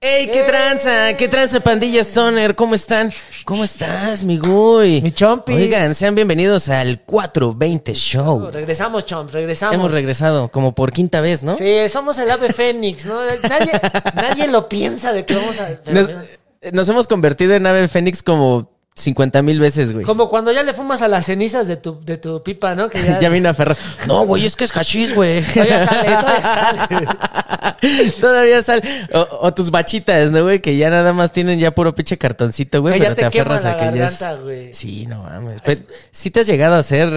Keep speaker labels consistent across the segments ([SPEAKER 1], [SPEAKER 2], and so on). [SPEAKER 1] ¡Ey! ¿Qué tranza? ¿Qué tranza, pandilla Stoner? ¿Cómo están? ¿Cómo estás, mi güey?
[SPEAKER 2] Mi chompis.
[SPEAKER 1] Oigan, sean bienvenidos al 420 Show.
[SPEAKER 2] Oh, Regresamos, Chomp, regresamos.
[SPEAKER 1] Hemos regresado como por quinta vez, ¿no?
[SPEAKER 2] Sí, somos el ave fénix, ¿no? Nadie, nadie lo piensa de que vamos a... pero
[SPEAKER 1] Nos,
[SPEAKER 2] mira.
[SPEAKER 1] nos hemos convertido en ave fénix como 50 mil veces, güey.
[SPEAKER 2] Como cuando ya le fumas a las cenizas de tu, de tu pipa, ¿no? Que ya,
[SPEAKER 1] Ya vino a Ferrar. No, güey, es que es hachís, güey.
[SPEAKER 2] todavía sale, todavía sale.
[SPEAKER 1] Todavía sal. O, o tus bachitas, ¿no, güey? Que ya nada más tienen ya puro pinche cartoncito, güey.
[SPEAKER 2] Que ya
[SPEAKER 1] Pero te,
[SPEAKER 2] te quema
[SPEAKER 1] aferras a
[SPEAKER 2] la
[SPEAKER 1] que ya es.
[SPEAKER 2] garganta, güey.
[SPEAKER 1] Sí, no mames. Pero, sí te has llegado a hacer.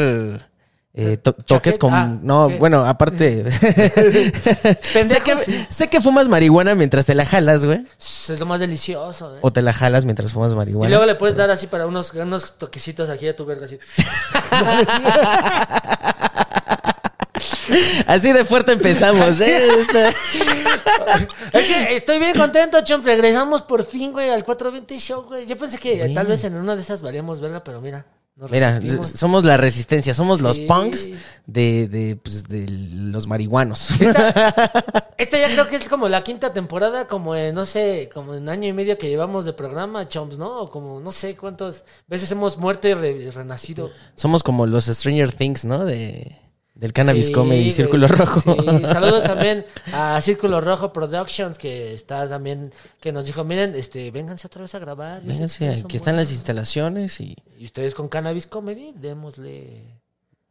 [SPEAKER 1] eh, to- toques
[SPEAKER 2] Chaqueta.
[SPEAKER 1] con.
[SPEAKER 2] Ah,
[SPEAKER 1] no,
[SPEAKER 2] ok.
[SPEAKER 1] bueno, aparte. sé,
[SPEAKER 2] Pendejo.
[SPEAKER 1] que, sé que fumas marihuana mientras te la jalas, güey.
[SPEAKER 2] Es lo más delicioso, ¿eh?
[SPEAKER 1] O te la jalas mientras fumas marihuana.
[SPEAKER 2] Y luego le puedes dar así para unos, unos toquecitos aquí a tu verga, así.
[SPEAKER 1] Así de fuerte empezamos, ¿eh? Esta-
[SPEAKER 2] Es que estoy bien contento, Chomp. Regresamos por fin, güey, al 420 Show, güey. Yo pensé que tal vez en una de esas variamos, verga, pero mira. Nos
[SPEAKER 1] Mira,
[SPEAKER 2] resistimos.
[SPEAKER 1] somos la resistencia, somos los
[SPEAKER 2] Sí.
[SPEAKER 1] punks de, de, pues, de los marihuanos.
[SPEAKER 2] Esta, esta ya creo que es como la quinta temporada, como en, no sé, como en año y medio que llevamos de programa, Chomps, ¿no? O como no sé cuántas veces hemos muerto y re- renacido.
[SPEAKER 1] Somos como los Stranger Things, ¿no? De, del Cannabis
[SPEAKER 2] Sí,
[SPEAKER 1] Comedy
[SPEAKER 2] güey,
[SPEAKER 1] Círculo Rojo.
[SPEAKER 2] sí. Saludos también a Círculo Rojo Productions, que está también, que nos dijo, miren, este, vénganse otra vez a grabar. Yo sé que
[SPEAKER 1] Vénganse,
[SPEAKER 2] ustedes son
[SPEAKER 1] aquí están las
[SPEAKER 2] buenos".
[SPEAKER 1] instalaciones y
[SPEAKER 2] Y ustedes con Cannabis Comedy, démosle...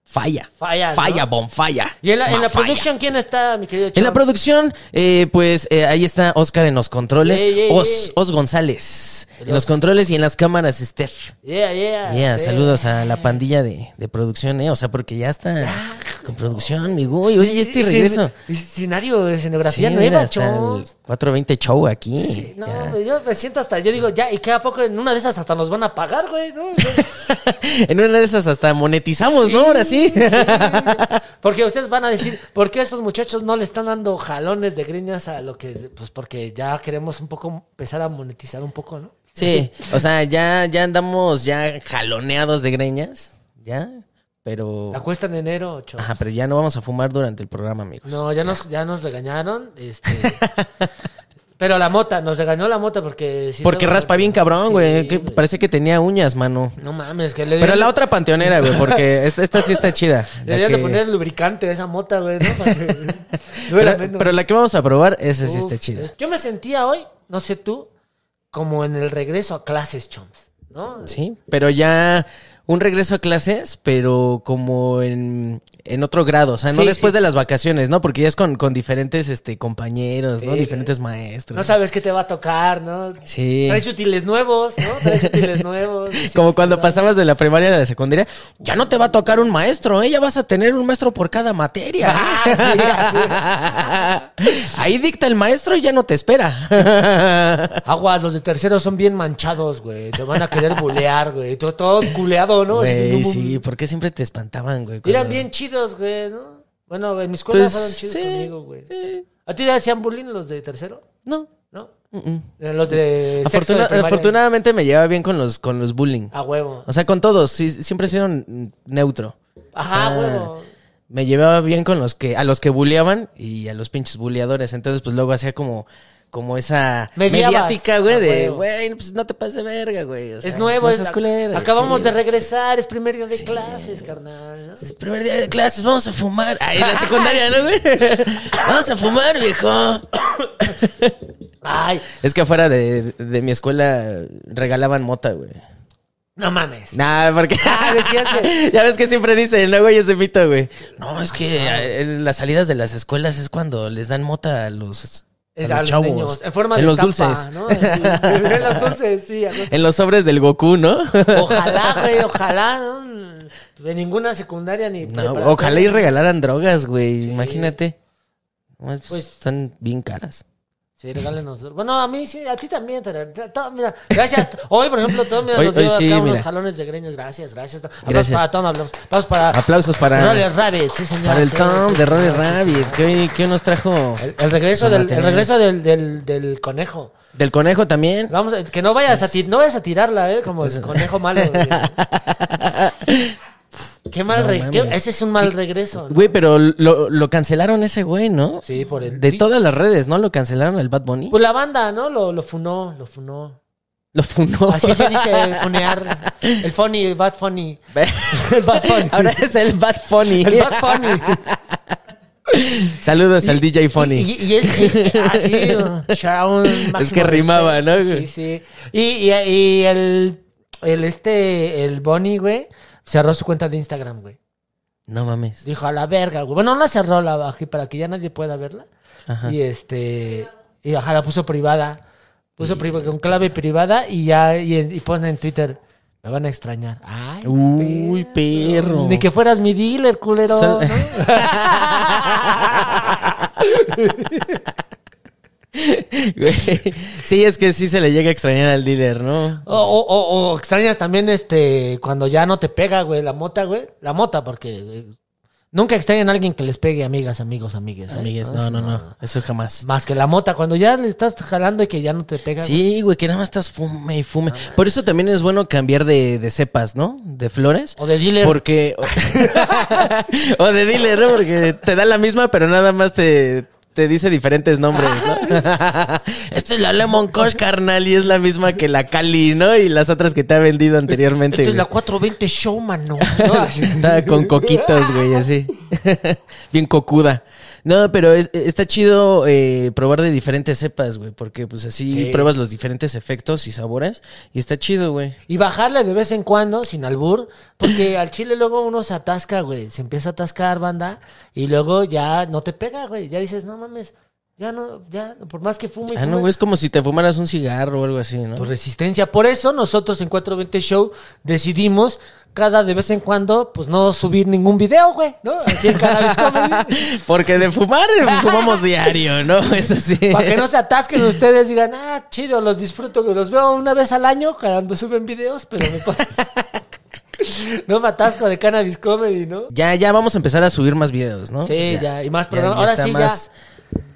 [SPEAKER 1] falla.
[SPEAKER 2] Falla, ¿no?
[SPEAKER 1] Falla, bonfalla.
[SPEAKER 2] ¿Y en la, en la
[SPEAKER 1] Mafalla.
[SPEAKER 2] producción quién está, mi querido
[SPEAKER 1] En la
[SPEAKER 2] Chomps?
[SPEAKER 1] producción, eh, pues eh, ahí está Oscar en los controles,
[SPEAKER 2] Yeah, yeah,
[SPEAKER 1] Os,
[SPEAKER 2] yeah.
[SPEAKER 1] Os González en los
[SPEAKER 2] Los-
[SPEAKER 1] controles y en las cámaras Steph.
[SPEAKER 2] Yeah, yeah.
[SPEAKER 1] Yeah,
[SPEAKER 2] este-
[SPEAKER 1] saludos a la pandilla de, de producción, eh, o sea, porque ya está con producción, mi güey. Oye, este
[SPEAKER 2] Escen-
[SPEAKER 1] regreso.
[SPEAKER 2] Escenario de
[SPEAKER 1] Sí,
[SPEAKER 2] escenografía
[SPEAKER 1] mira,
[SPEAKER 2] nueva,
[SPEAKER 1] hasta el
[SPEAKER 2] Chomps.
[SPEAKER 1] 420 show aquí.
[SPEAKER 2] Sí, no,
[SPEAKER 1] Ya.
[SPEAKER 2] yo me siento hasta, yo digo, ya, y que a poco en una de esas hasta nos van a pagar, güey, ¿no?
[SPEAKER 1] en una de esas hasta monetizamos, ¿no? Ahora sí.
[SPEAKER 2] Porque ustedes van a decir, ¿por qué estos muchachos no le están dando jalones de griñas a lo que, pues porque ya queremos un poco empezar a monetizar un poco, ¿no?
[SPEAKER 1] Sí, o sea, ya, ya andamos ya jaloneados de greñas, ya, pero...
[SPEAKER 2] La cuesta en enero, ocho.
[SPEAKER 1] Oh. Ajá, pero ya no vamos a fumar durante el programa, amigos.
[SPEAKER 2] Pues No, ya nos, ya nos regañaron, este... Pero la mota, nos regañó la mota porque... sí
[SPEAKER 1] Porque
[SPEAKER 2] estaba-
[SPEAKER 1] raspa bien cabrón,
[SPEAKER 2] Sí,
[SPEAKER 1] güey. que Parece que tenía uñas, mano.
[SPEAKER 2] No mames, que le
[SPEAKER 1] Pero
[SPEAKER 2] dieron-
[SPEAKER 1] la otra panteonera, güey, porque esta, esta sí está chida. La
[SPEAKER 2] Le deberían
[SPEAKER 1] que-
[SPEAKER 2] de poner lubricante a esa mota, güey, ¿no? Para que duela
[SPEAKER 1] pero,
[SPEAKER 2] menos.
[SPEAKER 1] pero la que vamos a probar, esa sí
[SPEAKER 2] Uf,
[SPEAKER 1] está chida.
[SPEAKER 2] es- Yo me sentía hoy, no sé tú, como en el regreso a clases, chomps, ¿no?
[SPEAKER 1] Sí, pero ya un regreso a clases, pero como en, en otro grado, o sea, no
[SPEAKER 2] Sí,
[SPEAKER 1] después
[SPEAKER 2] sí.
[SPEAKER 1] de las vacaciones, ¿no? Porque ya es con, con diferentes este, compañeros, ¿no?
[SPEAKER 2] Sí,
[SPEAKER 1] diferentes maestros.
[SPEAKER 2] No sabes qué te va a tocar, ¿no?
[SPEAKER 1] Sí.
[SPEAKER 2] Traes útiles nuevos, ¿no? Traes útiles nuevos.
[SPEAKER 1] Como cuando pasabas de la primaria a la secundaria, ya no te va a tocar un maestro, ¿eh? Ya vas a tener un maestro por cada materia.
[SPEAKER 2] Ah,
[SPEAKER 1] Ahí dicta el maestro y ya no te espera.
[SPEAKER 2] Aguas, los de tercero son bien manchados, güey. Te van a querer bulear, güey. Todo, todo culeado, ¿no? Así,
[SPEAKER 1] Güey,
[SPEAKER 2] bum, bum.
[SPEAKER 1] sí, porque siempre te espantaban, güey.
[SPEAKER 2] Eran
[SPEAKER 1] cuando-
[SPEAKER 2] bien chidos, güey, ¿no? Bueno, en mi escuela
[SPEAKER 1] Pues,
[SPEAKER 2] fueron chidos
[SPEAKER 1] sí,
[SPEAKER 2] conmigo, güey.
[SPEAKER 1] sí.
[SPEAKER 2] ¿A ti te hacían bullying los de tercero?
[SPEAKER 1] No.
[SPEAKER 2] ¿No?
[SPEAKER 1] mm-mm.
[SPEAKER 2] Eh, Los de sexto
[SPEAKER 1] Afortuna-
[SPEAKER 2] de primaria.
[SPEAKER 1] afortunadamente me llevaba bien con los, con los bullying.
[SPEAKER 2] A huevo.
[SPEAKER 1] O sea, con todos, sí, siempre he sido n- neutro.
[SPEAKER 2] Ajá,
[SPEAKER 1] sea,
[SPEAKER 2] huevo.
[SPEAKER 1] Me llevaba bien con los que, a los que bulleaban y a los pinches bulleadores. Entonces, pues luego hacía como, como esa
[SPEAKER 2] Mediabas.
[SPEAKER 1] mediática, güey,
[SPEAKER 2] Ah,
[SPEAKER 1] de,
[SPEAKER 2] huevo.
[SPEAKER 1] güey, pues no te pases de verga, güey. O sea,
[SPEAKER 2] Es nuevo,
[SPEAKER 1] no
[SPEAKER 2] es,
[SPEAKER 1] seas culero.
[SPEAKER 2] acabamos
[SPEAKER 1] Sí.
[SPEAKER 2] de regresar, es primer día de clases, carnal. ¿no?
[SPEAKER 1] Es el primer día de clases, vamos a fumar. Ahí en la secundaria, ¿no, güey? vamos a fumar, viejo.
[SPEAKER 2] Ay,
[SPEAKER 1] Es que afuera de, de mi escuela regalaban mota, güey.
[SPEAKER 2] no mames.
[SPEAKER 1] Nah, porque.
[SPEAKER 2] Ah, decías que-
[SPEAKER 1] ya ves que siempre dicen, no, güey, ese mito, güey. No, es que eh, en las salidas de las escuelas es cuando les dan mota a los, a
[SPEAKER 2] Es
[SPEAKER 1] los
[SPEAKER 2] a los
[SPEAKER 1] chavos.
[SPEAKER 2] niños, en forma de
[SPEAKER 1] los
[SPEAKER 2] estampa,
[SPEAKER 1] dulces.
[SPEAKER 2] ¿no? En los dulces, sí. a huevo.
[SPEAKER 1] En los sobres del Goku, ¿no?
[SPEAKER 2] Ojalá, güey, ojalá, ¿no? De ninguna secundaria ni
[SPEAKER 1] No,
[SPEAKER 2] preparatoria.
[SPEAKER 1] ojalá y regalaran drogas, güey. Imagínate. Nomás, pues,
[SPEAKER 2] Pues-
[SPEAKER 1] están bien caras.
[SPEAKER 2] Sí, regálenos. Bueno, a mí sí, a ti también. te- te- todo, mira, gracias. Hoy, por ejemplo, todo mira,
[SPEAKER 1] Hoy-
[SPEAKER 2] nos
[SPEAKER 1] hoy
[SPEAKER 2] dio acá
[SPEAKER 1] sí, mira.
[SPEAKER 2] unos jalones de greñas. Gracias, gracias. Vamos
[SPEAKER 1] Gracias.
[SPEAKER 2] para Tom, hablamos. Vamos para,
[SPEAKER 1] Aplausos
[SPEAKER 2] Roller
[SPEAKER 1] para,
[SPEAKER 2] Rabbit, sí, señor.
[SPEAKER 1] para el
[SPEAKER 2] Sí,
[SPEAKER 1] Tom
[SPEAKER 2] sí,
[SPEAKER 1] de Rory
[SPEAKER 2] sí, sí,
[SPEAKER 1] Rabbit.
[SPEAKER 2] sí.
[SPEAKER 1] ¿Qué, hoy- qué hoy nos trajo?
[SPEAKER 2] El, el
[SPEAKER 1] Su
[SPEAKER 2] regreso, del, el
[SPEAKER 1] material.
[SPEAKER 2] regreso del, del, del conejo.
[SPEAKER 1] Del conejo también.
[SPEAKER 2] Vamos, eh, que no vayas a ti, no vayas a tirarla, eh, como el conejo malo. güey. Qué mal
[SPEAKER 1] No
[SPEAKER 2] re- qué-
[SPEAKER 1] mames.
[SPEAKER 2] Ese es un mal regreso. ¿no?
[SPEAKER 1] Güey, pero lo, lo cancelaron ese güey, ¿no?
[SPEAKER 2] Sí, por el.
[SPEAKER 1] De todas las redes, ¿no? Lo cancelaron el Bad Bunny.
[SPEAKER 2] Pues la banda, ¿no? Lo, lo funó, lo funó.
[SPEAKER 1] Lo funó.
[SPEAKER 2] Así se dice funear. El funny, el bad funny. El bad funny.
[SPEAKER 1] Ahora es el Bad Funny.
[SPEAKER 2] El bad funny.
[SPEAKER 1] Saludos al DJ Funny.
[SPEAKER 2] Y, y- y es y- así, o sea, un máximo
[SPEAKER 1] que rimaba,
[SPEAKER 2] respeto.
[SPEAKER 1] ¿no, güey?
[SPEAKER 2] Sí, sí. Y, y- y el, el este, el Bonnie, güey, cerró su cuenta de Instagram, güey.
[SPEAKER 1] No mames.
[SPEAKER 2] Dijo, a la verga, güey. Bueno, no la cerró, la bajé para que ya nadie pueda verla.
[SPEAKER 1] Ajá.
[SPEAKER 2] Y este, y ajá, la puso privada. Puso priva- con clave privada y ya, y, y pone en Twitter, me van a extrañar. Ay,
[SPEAKER 1] Uy, Uh, perro.
[SPEAKER 2] ni que fueras mi dealer, culero.
[SPEAKER 1] Sol-
[SPEAKER 2] ¿no?
[SPEAKER 1] Güey, Sí, es que sí se le llega a extrañar al dealer, ¿no?
[SPEAKER 2] O, o- o- o extrañas también este cuando ya no te pega, güey, la mota, güey. La mota, porque eh, nunca extrañan a alguien que les pegue, amigas, amigos, amigues. ¿eh?
[SPEAKER 1] Amigues,
[SPEAKER 2] Eso
[SPEAKER 1] no, no, no. Eso jamás.
[SPEAKER 2] Más que la mota, cuando ya le estás jalando y que ya no te pega. güey.
[SPEAKER 1] Sí, güey, que nada más estás fume y fume. Por eso también es bueno cambiar de, de cepas, ¿no? De flores.
[SPEAKER 2] O de dealer.
[SPEAKER 1] Porque. o de dealer, ¿no? Porque te da la misma, pero nada más te, te dice diferentes nombres, ¿no? Esta es la Lemon Kush, carnal, y es la misma que la Cali, ¿no? Y las otras que te ha vendido anteriormente.
[SPEAKER 2] Esta es
[SPEAKER 1] güey.
[SPEAKER 2] la 420 Showman, ¿no? ¿No? Así.
[SPEAKER 1] Estaba con coquitos, güey, así. Bien cocuda. No, pero es- está chido eh, probar de diferentes cepas, güey, porque pues así pruebas los diferentes efectos y sabores y está chido, güey.
[SPEAKER 2] Y bajarle de vez en cuando, sin albur, porque al chile luego uno se atasca, güey. Se empieza a atascar, banda, y luego ya no te pega, güey. Ya dices, no mames, ya no, ya, por más que fume y
[SPEAKER 1] Ah, no,
[SPEAKER 2] fume,
[SPEAKER 1] güey, es como si te fumaras un cigarro o algo así, ¿no?
[SPEAKER 2] tu resistencia. Por eso nosotros en 420 Show decidimos cada de vez en cuando, pues no subir ningún video, güey, ¿no? Aquí en cada vez
[SPEAKER 1] Porque de fumar eh, fumamos diario, ¿no? Es así.
[SPEAKER 2] Para que no se atasquen ustedes, digan, ah, chido, los disfruto, los veo una vez al año cuando suben videos, pero me pasa. No me atasco de Cannabis Comedy, ¿no?
[SPEAKER 1] Ya, ya vamos a empezar a subir más videos, ¿no?
[SPEAKER 2] Sí, ya, y más programas.
[SPEAKER 1] ya
[SPEAKER 2] Ahora
[SPEAKER 1] está
[SPEAKER 2] sí,
[SPEAKER 1] más-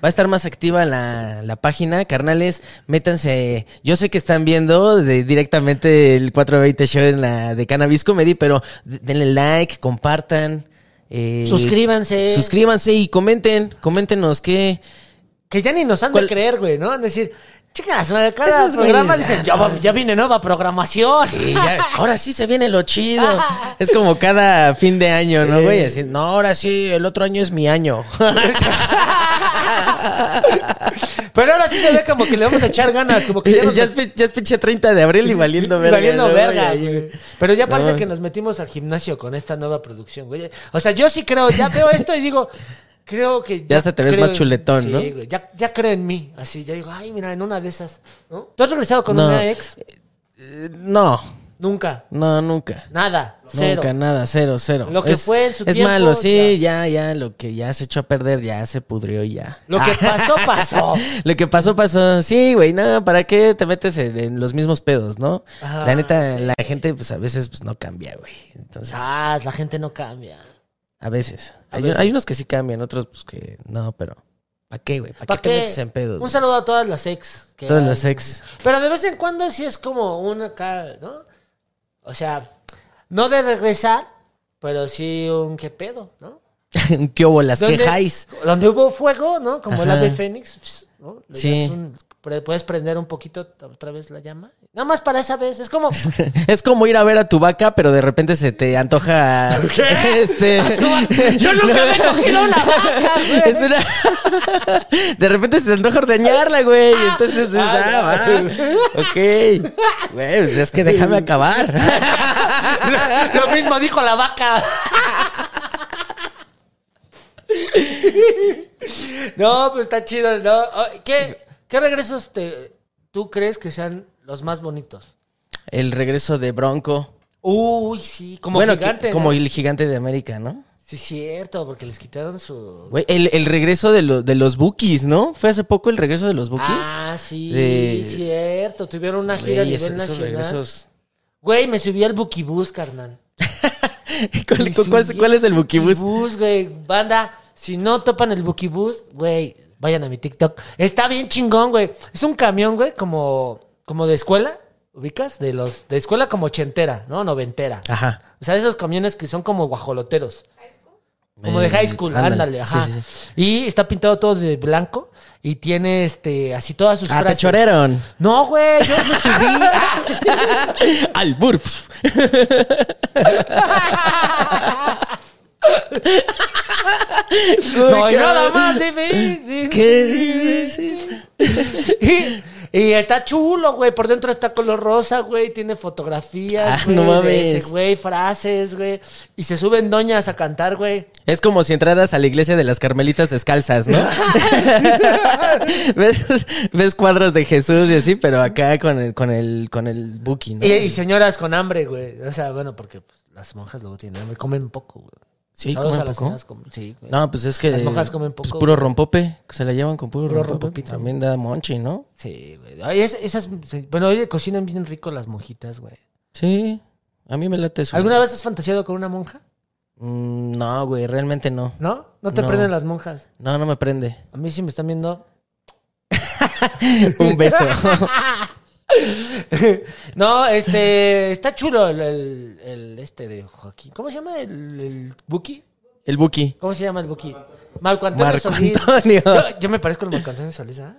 [SPEAKER 1] Va a estar más activa la, la página, carnales. Métanse. Yo sé que están viendo de- directamente el 420 Show en la de Cannabis Comedy, pero d- denle like, compartan. eh,
[SPEAKER 2] Suscríbanse.
[SPEAKER 1] Suscríbanse y comenten. Coméntenos qué.
[SPEAKER 2] ya. Que ya ni nos han
[SPEAKER 1] ¿Cuál?
[SPEAKER 2] de creer, güey, ¿no? Han de decir, chicas, cada
[SPEAKER 1] Esos
[SPEAKER 2] programa
[SPEAKER 1] güeyes,
[SPEAKER 2] dicen,
[SPEAKER 1] ah,
[SPEAKER 2] ya, va- ya viene nueva programación.
[SPEAKER 1] Y ya, ahora sí se viene lo chido. Es como cada fin de año, ¿no, güey? Así, no, ahora sí, el otro año es mi año.
[SPEAKER 2] Pero ahora sí se ve como que le vamos a echar ganas, como que ya nos
[SPEAKER 1] ya, es, pe- ya es pinche 30 de abril y valiendo verga.
[SPEAKER 2] Valiendo
[SPEAKER 1] ¿no, güey?
[SPEAKER 2] verga,
[SPEAKER 1] Ahí,
[SPEAKER 2] güey. Pero ya parece
[SPEAKER 1] No.
[SPEAKER 2] que nos metimos al gimnasio con esta nueva producción, güey. O sea, yo sí creo, ya veo esto y digo, creo que.
[SPEAKER 1] Ya hasta te ves
[SPEAKER 2] creo-
[SPEAKER 1] más chuletón,
[SPEAKER 2] sí,
[SPEAKER 1] ¿no?
[SPEAKER 2] güey, ya, ya creo en mí. Así, ya digo, ay, mira, en una de esas. ¿no? ¿Tú has regresado con
[SPEAKER 1] No.
[SPEAKER 2] una ex?
[SPEAKER 1] Eh, No,
[SPEAKER 2] Nunca.
[SPEAKER 1] no, nunca.
[SPEAKER 2] Nada. Cero.
[SPEAKER 1] Nunca, nada, cero, cero.
[SPEAKER 2] Lo que fue en su
[SPEAKER 1] es
[SPEAKER 2] tiempo,
[SPEAKER 1] malo, sí, ya. ya, lo que ya se echó a perder, ya se pudrió y ya. Ah,
[SPEAKER 2] Lo que pasó, pasó.
[SPEAKER 1] Lo que pasó, pasó. Sí, güey, nada, ¿para qué te metes en, en los mismos pedos, no?
[SPEAKER 2] Ah,
[SPEAKER 1] la neta, la gente, pues a veces pues, no cambia, güey. Entonces,
[SPEAKER 2] Sas, la gente no cambia.
[SPEAKER 1] a veces.
[SPEAKER 2] A
[SPEAKER 1] hay,
[SPEAKER 2] veces.
[SPEAKER 1] hay unos que sí cambian, otros pues que no, pero ¿para qué, güey? ¿Para
[SPEAKER 2] ¿Para
[SPEAKER 1] qué te
[SPEAKER 2] qué?
[SPEAKER 1] metes en pedos?
[SPEAKER 2] Un
[SPEAKER 1] güey?
[SPEAKER 2] saludo a todas las ex. que
[SPEAKER 1] Todas
[SPEAKER 2] hay.
[SPEAKER 1] las ex.
[SPEAKER 2] Pero de vez en cuando sí es como una cara, ¿no? O sea, no de regresar, pero sí un qué pedo, ¿no?
[SPEAKER 1] ¿Qué hubo? Las
[SPEAKER 2] Donde-
[SPEAKER 1] quejáis.
[SPEAKER 2] Donde hubo fuego, ¿no? Como el
[SPEAKER 1] Ajá.
[SPEAKER 2] ave fénix, pss, ¿no? Le
[SPEAKER 1] Sí.
[SPEAKER 2] das un- pre- puedes prender un poquito t- otra vez la llama. Nada más para esa vez. Es como,
[SPEAKER 1] Es como ir a ver a tu vaca, pero de repente se te antoja.
[SPEAKER 2] ¿Qué? Ah,
[SPEAKER 1] Este.
[SPEAKER 2] yo nunca me he cogido una vaca, güey.
[SPEAKER 1] Es una. De repente se te antoja ordeñarla, güey. y Entonces es. Ah, va. Ok. Güey, pues es que déjame acabar.
[SPEAKER 2] Lo mismo dijo la vaca. No, pues está chido, ¿no? Oh, ¿Qué, qué regresos te, tú crees que sean los más bonitos?
[SPEAKER 1] El regreso de Bronco.
[SPEAKER 2] Uy, sí, como
[SPEAKER 1] bueno,
[SPEAKER 2] gigante.
[SPEAKER 1] que- como
[SPEAKER 2] ¿no?
[SPEAKER 1] el gigante de América, ¿no?
[SPEAKER 2] Sí, cierto, porque les quitaron su.
[SPEAKER 1] Güey, el, el regreso de, lo- de los Bookies, ¿no? Fue hace poco el regreso de los Bookies.
[SPEAKER 2] Ah, sí,
[SPEAKER 1] De-
[SPEAKER 2] cierto. Tuvieron una gira a nivel nacional.
[SPEAKER 1] regresos.
[SPEAKER 2] Güey, me subí al Bukibus, carnal.
[SPEAKER 1] ¿Cuál,
[SPEAKER 2] Me
[SPEAKER 1] cu- cuál es-
[SPEAKER 2] subí
[SPEAKER 1] cuál
[SPEAKER 2] al
[SPEAKER 1] es el Bookibus?
[SPEAKER 2] Bukibus, güey. Banda, si no topan el Bukibus, güey, vayan a mi TikTok. Está bien chingón, güey. Es un camión, güey, como, como de escuela. ubicas, de los de escuela como ochentera, ¿no? Noventera.
[SPEAKER 1] Ajá.
[SPEAKER 2] O sea, esos camiones que son como guajoloteros. Como de high school,
[SPEAKER 1] Eh, ándale.
[SPEAKER 2] ándale, ajá.
[SPEAKER 1] Sí, sí,
[SPEAKER 2] Y está pintado todo de blanco y tiene este así todas sus
[SPEAKER 1] Ah, te
[SPEAKER 2] frases.
[SPEAKER 1] chorearon.
[SPEAKER 2] No, güey, yo no subí.
[SPEAKER 1] Al burps.
[SPEAKER 2] no, y nada más, dime. sí. Y, y está chulo, güey. Por dentro está color rosa, güey. Tiene fotografías,
[SPEAKER 1] Ah,
[SPEAKER 2] güey.
[SPEAKER 1] no
[SPEAKER 2] de
[SPEAKER 1] mames.
[SPEAKER 2] ese, güey, frases, güey. Y se suben doñas a cantar, güey.
[SPEAKER 1] Es como si entraras a la iglesia de las Carmelitas descalzas, ¿no? ¿Ves, ves cuadros de Jesús y así, pero acá con el, con el, con el buki, ¿no?
[SPEAKER 2] Y, y señoras con hambre, güey. O sea, bueno, porque pues, las monjas luego tienen hambre. Comen poco, güey.
[SPEAKER 1] Sí,
[SPEAKER 2] Saludos
[SPEAKER 1] comen
[SPEAKER 2] a las
[SPEAKER 1] poco.
[SPEAKER 2] señoras com- sí, güey.
[SPEAKER 1] No, pues es que.
[SPEAKER 2] Las monjas comen poco,
[SPEAKER 1] pues, puro rompope. que Se la llevan con puro,
[SPEAKER 2] Puro
[SPEAKER 1] rompope. pues
[SPEAKER 2] rompopito.
[SPEAKER 1] También da monchi, ¿no?
[SPEAKER 2] Sí, güey. Ay, es- esas, se- bueno, oye, cocinan bien rico las monjitas, güey.
[SPEAKER 1] Sí. A mí me late eso.
[SPEAKER 2] ¿Alguna vez has fantaseado con una monja?
[SPEAKER 1] Mm, no, güey, realmente no.
[SPEAKER 2] ¿No? No te
[SPEAKER 1] No.
[SPEAKER 2] prenden las monjas.
[SPEAKER 1] No, no me prende.
[SPEAKER 2] A mí sí me están viendo.
[SPEAKER 1] Un beso.
[SPEAKER 2] No, este, está chulo el, el- el este de Joaquín. ¿Cómo se llama el, el Buki?
[SPEAKER 1] El buki.
[SPEAKER 2] ¿Cómo se llama el Buki? Marco Antonio
[SPEAKER 1] Marco
[SPEAKER 2] Solís.
[SPEAKER 1] Antonio.
[SPEAKER 2] Yo, yo me parezco al Marco Antonio Solís, ¿ah?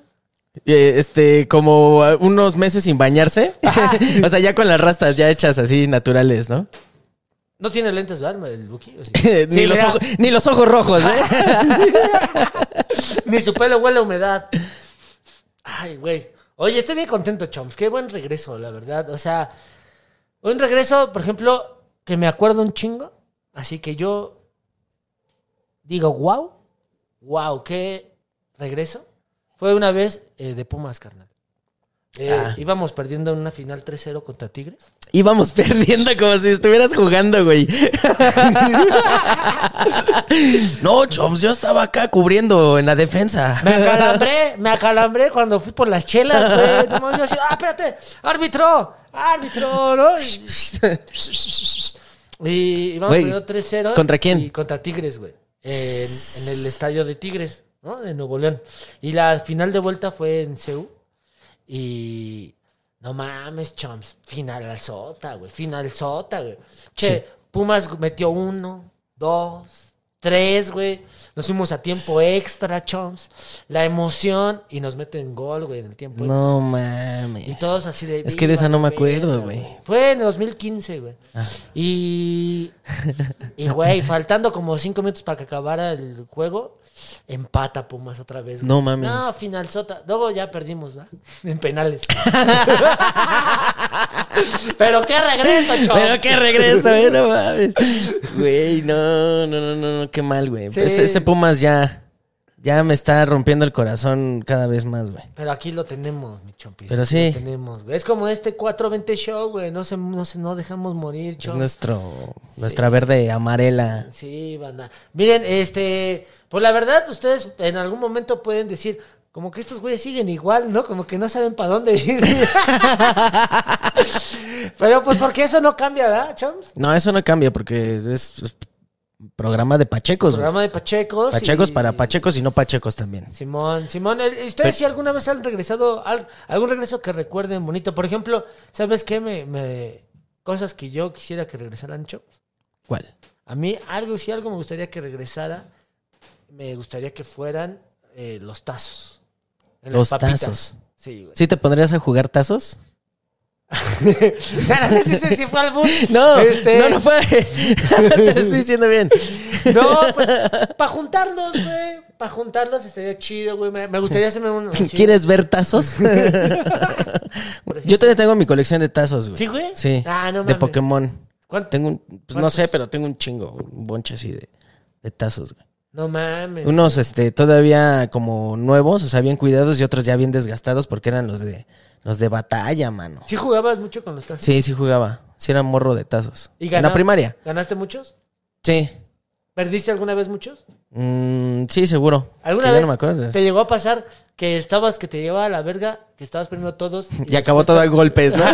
[SPEAKER 1] Eh, Este, como eh, unos meses sin bañarse. o sea, ya con las rastas ya hechas así naturales, ¿no?
[SPEAKER 2] No tiene lentes, ¿verdad? El Buki. ¿O sí?
[SPEAKER 1] ni,
[SPEAKER 2] Sí,
[SPEAKER 1] los
[SPEAKER 2] mira,
[SPEAKER 1] ojos, ni los ojos rojos, ¿eh?
[SPEAKER 2] Ni su pelo huele a humedad. Ay, güey. Oye, estoy bien contento, Choms. Qué buen regreso, la verdad. O sea, un regreso, por ejemplo, que me acuerdo un chingo. Así que yo digo, wow, wow, qué regreso. Fue una vez eh, de Pumas, carnal. Eh,
[SPEAKER 1] Ah.
[SPEAKER 2] Íbamos perdiendo en una final 3-0 contra Tigres.
[SPEAKER 1] Íbamos perdiendo como si estuvieras jugando, güey. no, Choms, yo estaba acá cubriendo en la defensa.
[SPEAKER 2] Me acalambré, me acalambré cuando fui por las chelas, güey. No mames, yo así, ah, espérate, árbitro, árbitro, ¿no? Y, y vamos
[SPEAKER 1] Güey,
[SPEAKER 2] perdiendo 3-0.
[SPEAKER 1] ¿contra quién?
[SPEAKER 2] Y contra Tigres, güey. En, en el estadio de Tigres, ¿no? De Nuevo León. Y la final de vuelta fue en CEU. Y. No mames, chums. Final al sota, güey. Final sota, güey. Che, Pumas metió uno, dos, tres, güey. Nos fuimos a tiempo extra, chums. La emoción y nos meten gol, güey, en el tiempo extra.
[SPEAKER 1] No
[SPEAKER 2] Y
[SPEAKER 1] mames.
[SPEAKER 2] todos así de.
[SPEAKER 1] Es que de esa
[SPEAKER 2] "Viva
[SPEAKER 1] no me
[SPEAKER 2] la verga,
[SPEAKER 1] acuerdo, güey". Ah.
[SPEAKER 2] Fue en 2015, güey. Y. Y, güey, faltando como cinco minutos para que acabara el juego, empata Pumas otra vez. güey.
[SPEAKER 1] No mames.
[SPEAKER 2] No, final sota. Luego ya perdimos, ¿va? En penales. Pero qué regreso, chaval.
[SPEAKER 1] Pero qué regreso, eh, no mames. Güey, no, no, no, no, no, qué mal, güey. Pues
[SPEAKER 2] Sí.
[SPEAKER 1] Ese, ese Pumas ya, ya me está rompiendo el corazón cada vez más, güey.
[SPEAKER 2] Pero aquí lo tenemos, mi chompis.
[SPEAKER 1] Pero
[SPEAKER 2] Aquí
[SPEAKER 1] sí.
[SPEAKER 2] Lo tenemos, güey. Es como este 420 show, güey. No, se, no, se, no dejamos morir,
[SPEAKER 1] Es
[SPEAKER 2] chomp.
[SPEAKER 1] nuestro, nuestra verde amarela.
[SPEAKER 2] Sí, banda. Miren, este, pues la verdad, ustedes en algún momento pueden decir, como que estos güeyes siguen igual, ¿no? Como que no saben para dónde ir. Pero pues porque eso no cambia, ¿verdad, Choms?
[SPEAKER 1] No, eso no cambia porque es, es programa de pachecos, güey.
[SPEAKER 2] Programa de Pachecos.
[SPEAKER 1] Pachecos
[SPEAKER 2] y-
[SPEAKER 1] para pachecos y no pachecos también.
[SPEAKER 2] Simón, Simón, el- ¿ustedes si alguna vez han regresado, al- algún regreso que recuerden bonito? Por ejemplo, ¿sabes qué? Me, me- cosas que yo quisiera que regresaran, Choms.
[SPEAKER 1] ¿Cuál?
[SPEAKER 2] A mí algo, si algo me gustaría que regresara, me gustaría que fueran eh, los tazos. En las
[SPEAKER 1] Los
[SPEAKER 2] papitas.
[SPEAKER 1] tazos.
[SPEAKER 2] Sí, güey.
[SPEAKER 1] ¿Sí te pondrías a jugar tazos?
[SPEAKER 2] Ya Ah, no sé si, si- si fue algún.
[SPEAKER 1] No,
[SPEAKER 2] Este-
[SPEAKER 1] no, no fue. te lo estoy diciendo bien.
[SPEAKER 2] No, pues, para juntarlos, güey. Para juntarlos estaría chido, güey. Me, me gustaría hacerme uno. así.
[SPEAKER 1] ¿Quieres ver tazos? Yo todavía tengo mi colección de tazos, güey.
[SPEAKER 2] ¿Sí, güey?
[SPEAKER 1] Sí.
[SPEAKER 2] Ah, no
[SPEAKER 1] de
[SPEAKER 2] mames.
[SPEAKER 1] Pokémon.
[SPEAKER 2] ¿Cuánto?
[SPEAKER 1] Tengo un, pues, no
[SPEAKER 2] ¿Cuántos?
[SPEAKER 1] sé, pero tengo un chingo, un bonche así de, de tazos, güey.
[SPEAKER 2] No mames.
[SPEAKER 1] Unos, este, todavía como nuevos, o sea, bien cuidados y otros ya bien desgastados porque eran los de, los de batalla, mano.
[SPEAKER 2] ¿Sí jugabas mucho con los tazos?
[SPEAKER 1] Sí, sí jugaba. Sí era morro de tazos.
[SPEAKER 2] ¿Y
[SPEAKER 1] en
[SPEAKER 2] ganabas?
[SPEAKER 1] la primaria.
[SPEAKER 2] ¿Ganaste muchos?
[SPEAKER 1] Sí.
[SPEAKER 2] ¿Perdiste alguna vez muchos?
[SPEAKER 1] Mm, sí, seguro.
[SPEAKER 2] ¿Alguna
[SPEAKER 1] Que ya
[SPEAKER 2] vez
[SPEAKER 1] no me acuerdo.
[SPEAKER 2] te llegó a pasar que estabas, que te llevaba a la verga, que estabas perdiendo todos?
[SPEAKER 1] Y acabó todo a golpes, ¿no?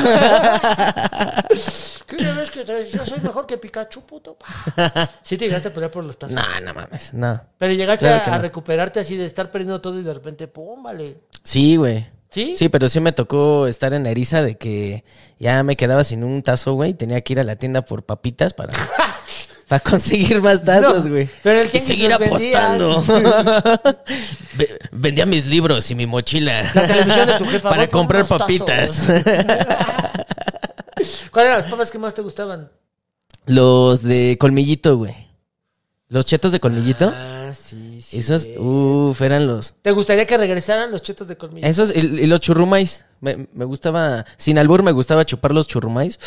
[SPEAKER 2] ¿Qué ves que te- yo soy mejor que Pikachu, puto? Sí te llegaste a pelear por los tazos.
[SPEAKER 1] no, no mames, no.
[SPEAKER 2] Pero llegaste
[SPEAKER 1] Claro que
[SPEAKER 2] a, a
[SPEAKER 1] no.
[SPEAKER 2] recuperarte así de estar perdiendo todo y de repente, pum, vale.
[SPEAKER 1] Sí, güey.
[SPEAKER 2] ¿Sí?
[SPEAKER 1] Sí, pero sí me tocó estar en Eriza de que ya me quedaba sin un tazo, güey. y Tenía que ir a la tienda por papitas para, para conseguir más tazos,
[SPEAKER 2] No,
[SPEAKER 1] güey.
[SPEAKER 2] pero el
[SPEAKER 1] y
[SPEAKER 2] tianguis
[SPEAKER 1] seguir
[SPEAKER 2] los vendía.
[SPEAKER 1] apostando. Ve- Vendía mis libros y mi mochila.
[SPEAKER 2] La televisión de tu jefa.
[SPEAKER 1] Para
[SPEAKER 2] "Voy por
[SPEAKER 1] comprar
[SPEAKER 2] unos tazos".
[SPEAKER 1] papitas.
[SPEAKER 2] ¿Cuáles eran las papas que más te gustaban?
[SPEAKER 1] Los de colmillito, güey. Los chetos de colmillito.
[SPEAKER 2] Ah, sí, sí.
[SPEAKER 1] esos, uff, eran los.
[SPEAKER 2] ¿Te gustaría que regresaran los chetos de colmillo?
[SPEAKER 1] Esos y, y los churrumais. Me, me gustaba, sin albur me gustaba chupar los churrumais.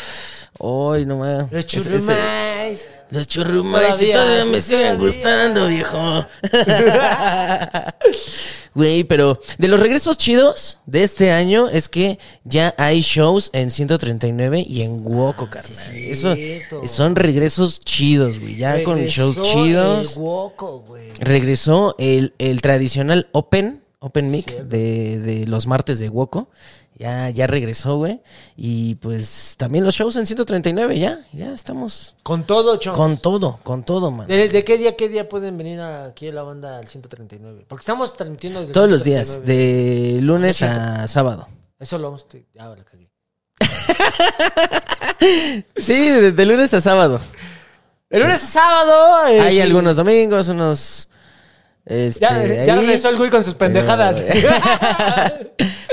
[SPEAKER 1] Ay, no mames.
[SPEAKER 2] Los
[SPEAKER 1] Ese- ese-
[SPEAKER 2] churrumais.
[SPEAKER 1] Los churrumais y
[SPEAKER 2] Todavía,
[SPEAKER 1] todavía me
[SPEAKER 2] sí,
[SPEAKER 1] siguen
[SPEAKER 2] todavía.
[SPEAKER 1] gustando, viejo. Güey, pero de los regresos chidos de este año es que ya hay shows en 139 y en Woco, carnal.
[SPEAKER 2] sí,
[SPEAKER 1] Eso
[SPEAKER 2] cierto.
[SPEAKER 1] son regresos chidos, güey. Ya con
[SPEAKER 2] Regresó
[SPEAKER 1] shows chidos.
[SPEAKER 2] el Woco, güey.
[SPEAKER 1] Regresó el, el tradicional Open, Open Mic de, de los martes de Woco. Ya, ya regresó, güey. Y pues también los shows en 139, ya, ya estamos.
[SPEAKER 2] Con todo, chon.
[SPEAKER 1] Con todo, con todo, man.
[SPEAKER 2] ¿De, de qué día, qué día pueden venir aquí a la banda al 139? Porque estamos transmitiendo desde el
[SPEAKER 1] Todos los
[SPEAKER 2] 139.
[SPEAKER 1] días, de lunes a sábado.
[SPEAKER 2] Eso lo vamos a... Ah, la cagué.
[SPEAKER 1] Sí, de, de lunes a sábado.
[SPEAKER 2] El lunes a sábado. eh,
[SPEAKER 1] Hay
[SPEAKER 2] sí.
[SPEAKER 1] algunos domingos, unos. Este,
[SPEAKER 2] Ya, ya
[SPEAKER 1] ahí. eh.
[SPEAKER 2] regresó el güey con sus pendejadas.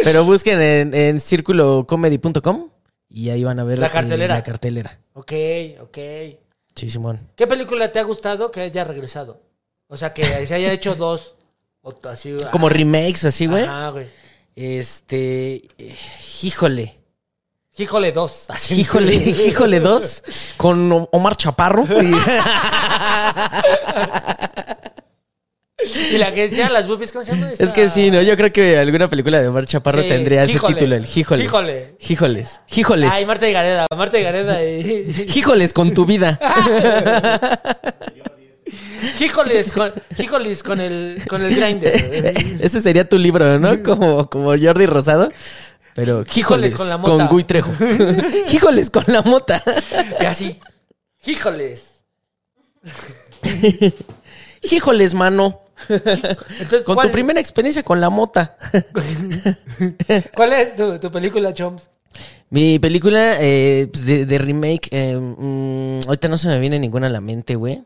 [SPEAKER 1] Pero busquen en, en circulocomedy.com y ahí van a ver
[SPEAKER 2] La
[SPEAKER 1] eh,
[SPEAKER 2] cartelera.
[SPEAKER 1] La cartelera.
[SPEAKER 2] ok, ok.
[SPEAKER 1] Sí, Simón.
[SPEAKER 2] ¿Qué película te ha gustado que haya regresado? O sea, que se haya hecho dos. O t- así,
[SPEAKER 1] Como remakes, así, güey.
[SPEAKER 2] Ah. Ajá, güey.
[SPEAKER 1] Este. eh, Híjole.
[SPEAKER 2] Híjole, dos. Así.
[SPEAKER 1] Híjole, híjole dos. Con O- Omar Chaparro. Y-
[SPEAKER 2] Y la que decía las boobies, ¿cómo se llama?
[SPEAKER 1] es que sí, ¿no? Yo creo que alguna película de Omar Chaparro
[SPEAKER 2] Sí,
[SPEAKER 1] tendría ese
[SPEAKER 2] híjole.
[SPEAKER 1] título, el híjole.
[SPEAKER 2] Híjole.
[SPEAKER 1] Híjoles. Híjoles.
[SPEAKER 2] Ay, Marta y Gareda, Marta y Gareda. Y...
[SPEAKER 1] Híjoles con tu vida.
[SPEAKER 2] Híjoles, con, híjoles con el, con el grinder.
[SPEAKER 1] Ese sería tu libro, ¿no? Como, como Jordi Rosado. Pero híjoles con,
[SPEAKER 2] con la mota.
[SPEAKER 1] Gui Trejo. híjoles con la mota.
[SPEAKER 2] Y así. Híjoles.
[SPEAKER 1] Híjoles, mano.
[SPEAKER 2] Entonces,
[SPEAKER 1] Con
[SPEAKER 2] ¿cuál,
[SPEAKER 1] tu primera experiencia con la mota.
[SPEAKER 2] ¿Cuál es tu, tu película, Choms?
[SPEAKER 1] Mi película eh, pues, de, de remake, eh, mm, ahorita no se me viene ninguna a la mente, güey.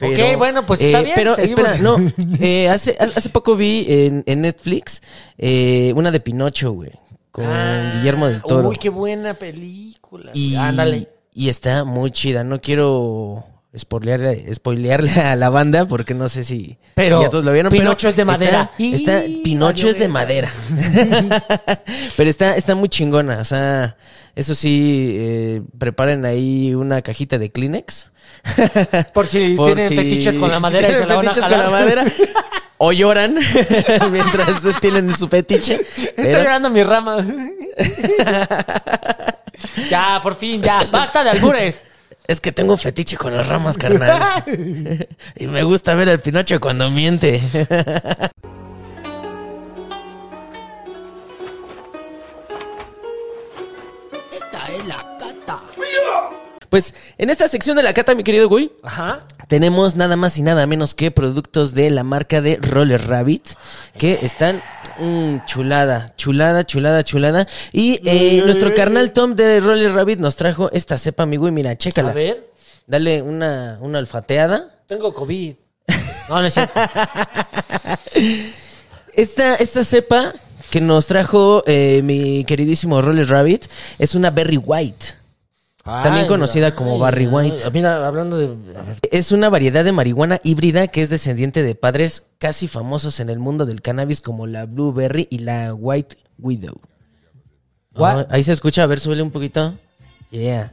[SPEAKER 2] Ok, bueno, pues está
[SPEAKER 1] eh,
[SPEAKER 2] bien,
[SPEAKER 1] Pero
[SPEAKER 2] seguimos.
[SPEAKER 1] espera, no. eh, hace, hace poco vi en, en Netflix eh, una de Pinocho, güey, con
[SPEAKER 2] Ah,
[SPEAKER 1] Guillermo del Toro.
[SPEAKER 2] Uy, qué buena película.
[SPEAKER 1] Y,
[SPEAKER 2] Ándale.
[SPEAKER 1] y está muy chida. No quiero spoilearle, spoilearle a la banda porque no sé si,
[SPEAKER 2] Pero
[SPEAKER 1] si ya todos lo vieron.
[SPEAKER 2] Pinocho
[SPEAKER 1] pero
[SPEAKER 2] es de madera.
[SPEAKER 1] está- está-
[SPEAKER 2] Y-
[SPEAKER 1] Pinocho
[SPEAKER 2] valió
[SPEAKER 1] es de
[SPEAKER 2] verga.
[SPEAKER 1] madera. pero está, está muy chingona. O sea, eso sí, eh, preparen ahí una cajita de Kleenex.
[SPEAKER 2] Por si
[SPEAKER 1] Por
[SPEAKER 2] tienen
[SPEAKER 1] si-
[SPEAKER 2] fetiches con la
[SPEAKER 1] si
[SPEAKER 2] madera y
[SPEAKER 1] tienen
[SPEAKER 2] se la van a
[SPEAKER 1] fetiches
[SPEAKER 2] jalar.
[SPEAKER 1] con la madera. O lloran mientras tienen su fetiche.
[SPEAKER 2] Estoy
[SPEAKER 1] Pero-
[SPEAKER 2] llorando mi rama. ya, por fin, ya. Basta de albures.
[SPEAKER 1] Es que tengo un fetiche con las ramas, carnal. y me gusta ver al Pinocho cuando miente.
[SPEAKER 3] Esta es la cata.
[SPEAKER 1] Pues en esta sección de la cata, mi querido güey,
[SPEAKER 2] Ajá.
[SPEAKER 1] tenemos nada más y nada menos que productos de la marca de Roller Rabbit que están mm, chulada, chulada, chulada, chulada. Y eh, nuestro carnal Tom de Roller Rabbit nos trajo esta cepa, mi güey. Mira,
[SPEAKER 2] A
[SPEAKER 1] chécala.
[SPEAKER 2] ver,
[SPEAKER 1] Dale una, una olfateada.
[SPEAKER 2] tengo COVID. No, no es cierto.
[SPEAKER 1] Esta, esta cepa que nos trajo eh, mi queridísimo Roller Rabbit es una Berry White. También
[SPEAKER 2] Ay,
[SPEAKER 1] conocida
[SPEAKER 2] ay,
[SPEAKER 1] como Barry White.
[SPEAKER 2] ay, Mira, hablando de. a ver.
[SPEAKER 1] Es una variedad de marihuana híbrida que es descendiente de padres casi famosos en el mundo del cannabis como la Blueberry y la White Widow.
[SPEAKER 2] What?
[SPEAKER 1] Ah, ahí se escucha, a ver, súbele un poquito. Yeah.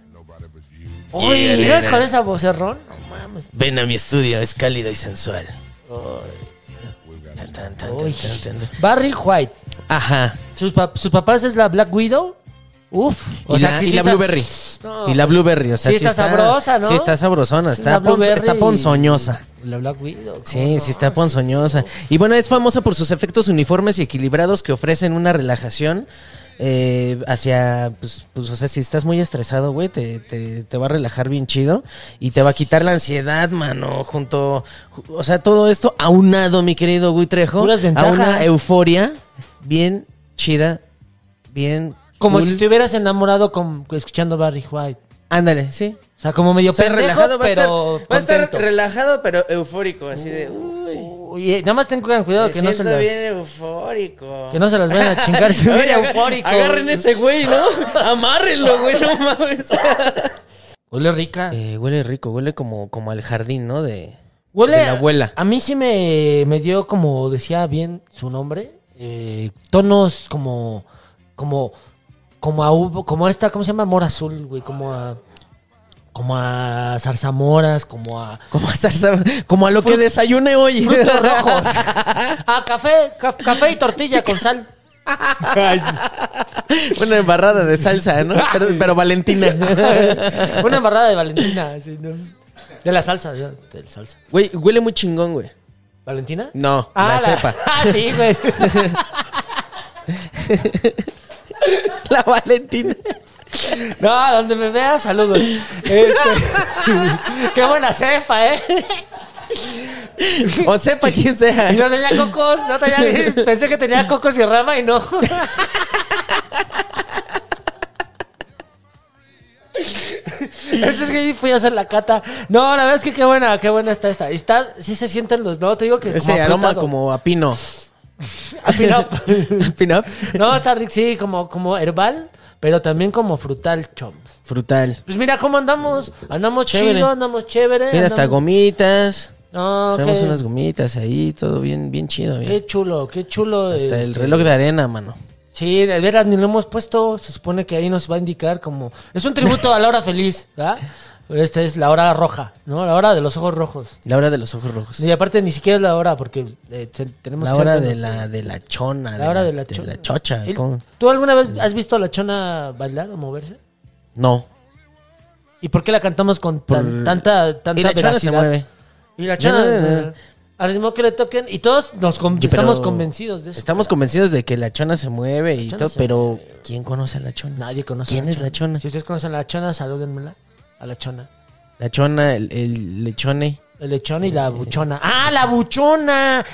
[SPEAKER 2] Uy, ¿no es con esa vocerrón? No mames.
[SPEAKER 1] Ven a mi estudio, es cálida y sensual. Tan, tan, tan, tan, tan, tan.
[SPEAKER 2] Barry White.
[SPEAKER 1] Ajá.
[SPEAKER 2] Sus, pa- sus papás es la Black Widow. Uf.
[SPEAKER 1] y la,
[SPEAKER 2] que
[SPEAKER 1] y
[SPEAKER 2] sí
[SPEAKER 1] la
[SPEAKER 2] está-
[SPEAKER 1] Blueberry.
[SPEAKER 2] No,
[SPEAKER 1] y la Blueberry, o sea,
[SPEAKER 2] sí está sabrosa, ¿no?
[SPEAKER 1] Sí está sabrosona,
[SPEAKER 2] la
[SPEAKER 1] está, pon-
[SPEAKER 2] Blueberry
[SPEAKER 1] está ponzoñosa.
[SPEAKER 2] La Black Widow. ¿cómo
[SPEAKER 1] Sí,
[SPEAKER 2] no?
[SPEAKER 1] sí está ponzoñosa. Y bueno, es famosa por sus efectos uniformes y equilibrados que ofrecen una relajación eh, hacia, pues, pues, o sea, si estás muy estresado, güey, te, te- te va a relajar bien chido y te va a quitar la ansiedad, mano, junto, ju- o sea, todo esto aunado, mi querido Gui Trejo,
[SPEAKER 2] Puras
[SPEAKER 1] a
[SPEAKER 2] ventajas.
[SPEAKER 1] una euforia bien chida, bien.
[SPEAKER 2] Como
[SPEAKER 1] cool.
[SPEAKER 2] si te hubieras enamorado con, escuchando Barry White.
[SPEAKER 1] Ándale, sí.
[SPEAKER 2] O sea, como medio
[SPEAKER 1] O sea,
[SPEAKER 2] pendejo,
[SPEAKER 1] relajado, va a estar-
[SPEAKER 2] pero
[SPEAKER 1] va a estar,
[SPEAKER 2] contento.
[SPEAKER 1] relajado, pero eufórico, así de. Uy,
[SPEAKER 2] Uy, eh, nada más tengan cuidado
[SPEAKER 1] me
[SPEAKER 2] que no, se
[SPEAKER 1] siento
[SPEAKER 2] las,
[SPEAKER 1] bien eufórico.
[SPEAKER 2] que no se las vayan a chingar. si
[SPEAKER 1] A ver,
[SPEAKER 2] hubiera
[SPEAKER 1] aga-
[SPEAKER 2] eufórico.
[SPEAKER 1] Agarren ese güey, ¿no? Amárrenlo, güey, no mames.
[SPEAKER 2] Huele rica.
[SPEAKER 1] Eh, huele rico, huele como, como al jardín, ¿no? De,
[SPEAKER 2] Huele
[SPEAKER 1] de la abuela.
[SPEAKER 2] A mí sí me, me dio, como decía bien su nombre, eh, tonos como, como, como a uvo- como a esta, ¿cómo se llama? Mora azul, güey, como a, como a zarzamoras, como a
[SPEAKER 1] Como a, salsa- como a lo que desayune hoy.
[SPEAKER 2] frutos rojos, a café, ca- café y tortilla con sal.
[SPEAKER 1] Una embarrada de salsa, ¿no? Pero, pero Valentina.
[SPEAKER 2] Una embarrada de Valentina, así, ¿no? de la salsa, de de la salsa.
[SPEAKER 1] Güey, huele muy chingón, güey.
[SPEAKER 2] Valentina.
[SPEAKER 1] No,
[SPEAKER 2] Ah,
[SPEAKER 1] la, cepa.
[SPEAKER 2] Ah, sí, güey.
[SPEAKER 1] La Valentina.
[SPEAKER 2] No, donde me veas, saludos. Este, qué buena cepa, ¿eh?
[SPEAKER 1] O cepa quien sea.
[SPEAKER 2] Y no tenía cocos, no tenía, pensé que tenía cocos y rama y no. Eso Este es que yo fui a hacer la cata. No, la verdad es que qué buena, qué buena está esta. Está, sí se sienten los, no, te digo que
[SPEAKER 1] Ese
[SPEAKER 2] como
[SPEAKER 1] aroma
[SPEAKER 2] afrutado.
[SPEAKER 1] como a pino.
[SPEAKER 2] Ah, pino.
[SPEAKER 1] ¿Pino?
[SPEAKER 2] No, está rico, sí, como, como herbal, pero también como frutal, choms.
[SPEAKER 1] Frutal.
[SPEAKER 2] Pues mira cómo andamos, andamos
[SPEAKER 1] Chévere.
[SPEAKER 2] chido, andamos chévere.
[SPEAKER 1] Mira, hasta
[SPEAKER 2] Eh, andamos- Ah,
[SPEAKER 1] gomitas.
[SPEAKER 2] No,
[SPEAKER 1] Tenemos
[SPEAKER 2] qué,
[SPEAKER 1] unas gomitas ahí, todo bien, bien chido. bien.
[SPEAKER 2] qué chulo, qué chulo.
[SPEAKER 1] Hasta el
[SPEAKER 2] este,
[SPEAKER 1] reloj de arena, mano.
[SPEAKER 2] Sí, de veras ni lo hemos puesto. Se supone que ahí nos va a indicar como. Es un tributo a la hora feliz, ¿verdad? Esta es la hora roja, ¿no? La hora de los ojos rojos.
[SPEAKER 1] La hora de los ojos rojos.
[SPEAKER 2] Y aparte ni siquiera es la hora, porque eh, te- tenemos
[SPEAKER 1] La
[SPEAKER 2] que ser
[SPEAKER 1] hora
[SPEAKER 2] de
[SPEAKER 1] de
[SPEAKER 2] los-
[SPEAKER 1] la, de la chona.
[SPEAKER 2] la hora de la, chona.
[SPEAKER 1] chocha.
[SPEAKER 2] El-
[SPEAKER 1] ¿cómo?
[SPEAKER 2] ¿Tú alguna vez has visto a la chona bailar o moverse?
[SPEAKER 1] No.
[SPEAKER 2] ¿Y por qué la cantamos con tan-
[SPEAKER 1] Por-
[SPEAKER 2] tanta, tanta
[SPEAKER 1] Y la chona se
[SPEAKER 2] veracidad?
[SPEAKER 1] mueve.
[SPEAKER 2] Y la chona. eh,
[SPEAKER 1] No, no, no.
[SPEAKER 2] Al ritmo que le toquen. Y todos nos con-
[SPEAKER 1] Oye, pero
[SPEAKER 2] estamos convencidos de eso.
[SPEAKER 1] Estamos convencidos de que la chona se mueve y
[SPEAKER 2] este chona
[SPEAKER 1] todo,
[SPEAKER 2] se
[SPEAKER 1] pero ¿quién conoce a la chona?
[SPEAKER 2] Nadie conoce. a
[SPEAKER 1] ¿Quién es la chona?
[SPEAKER 2] Si ustedes conocen a la chona, salúdenmela. A la chona.
[SPEAKER 1] La chona, el, el lechone.
[SPEAKER 2] El lechón y la buchona. ¡Ah, la buchona!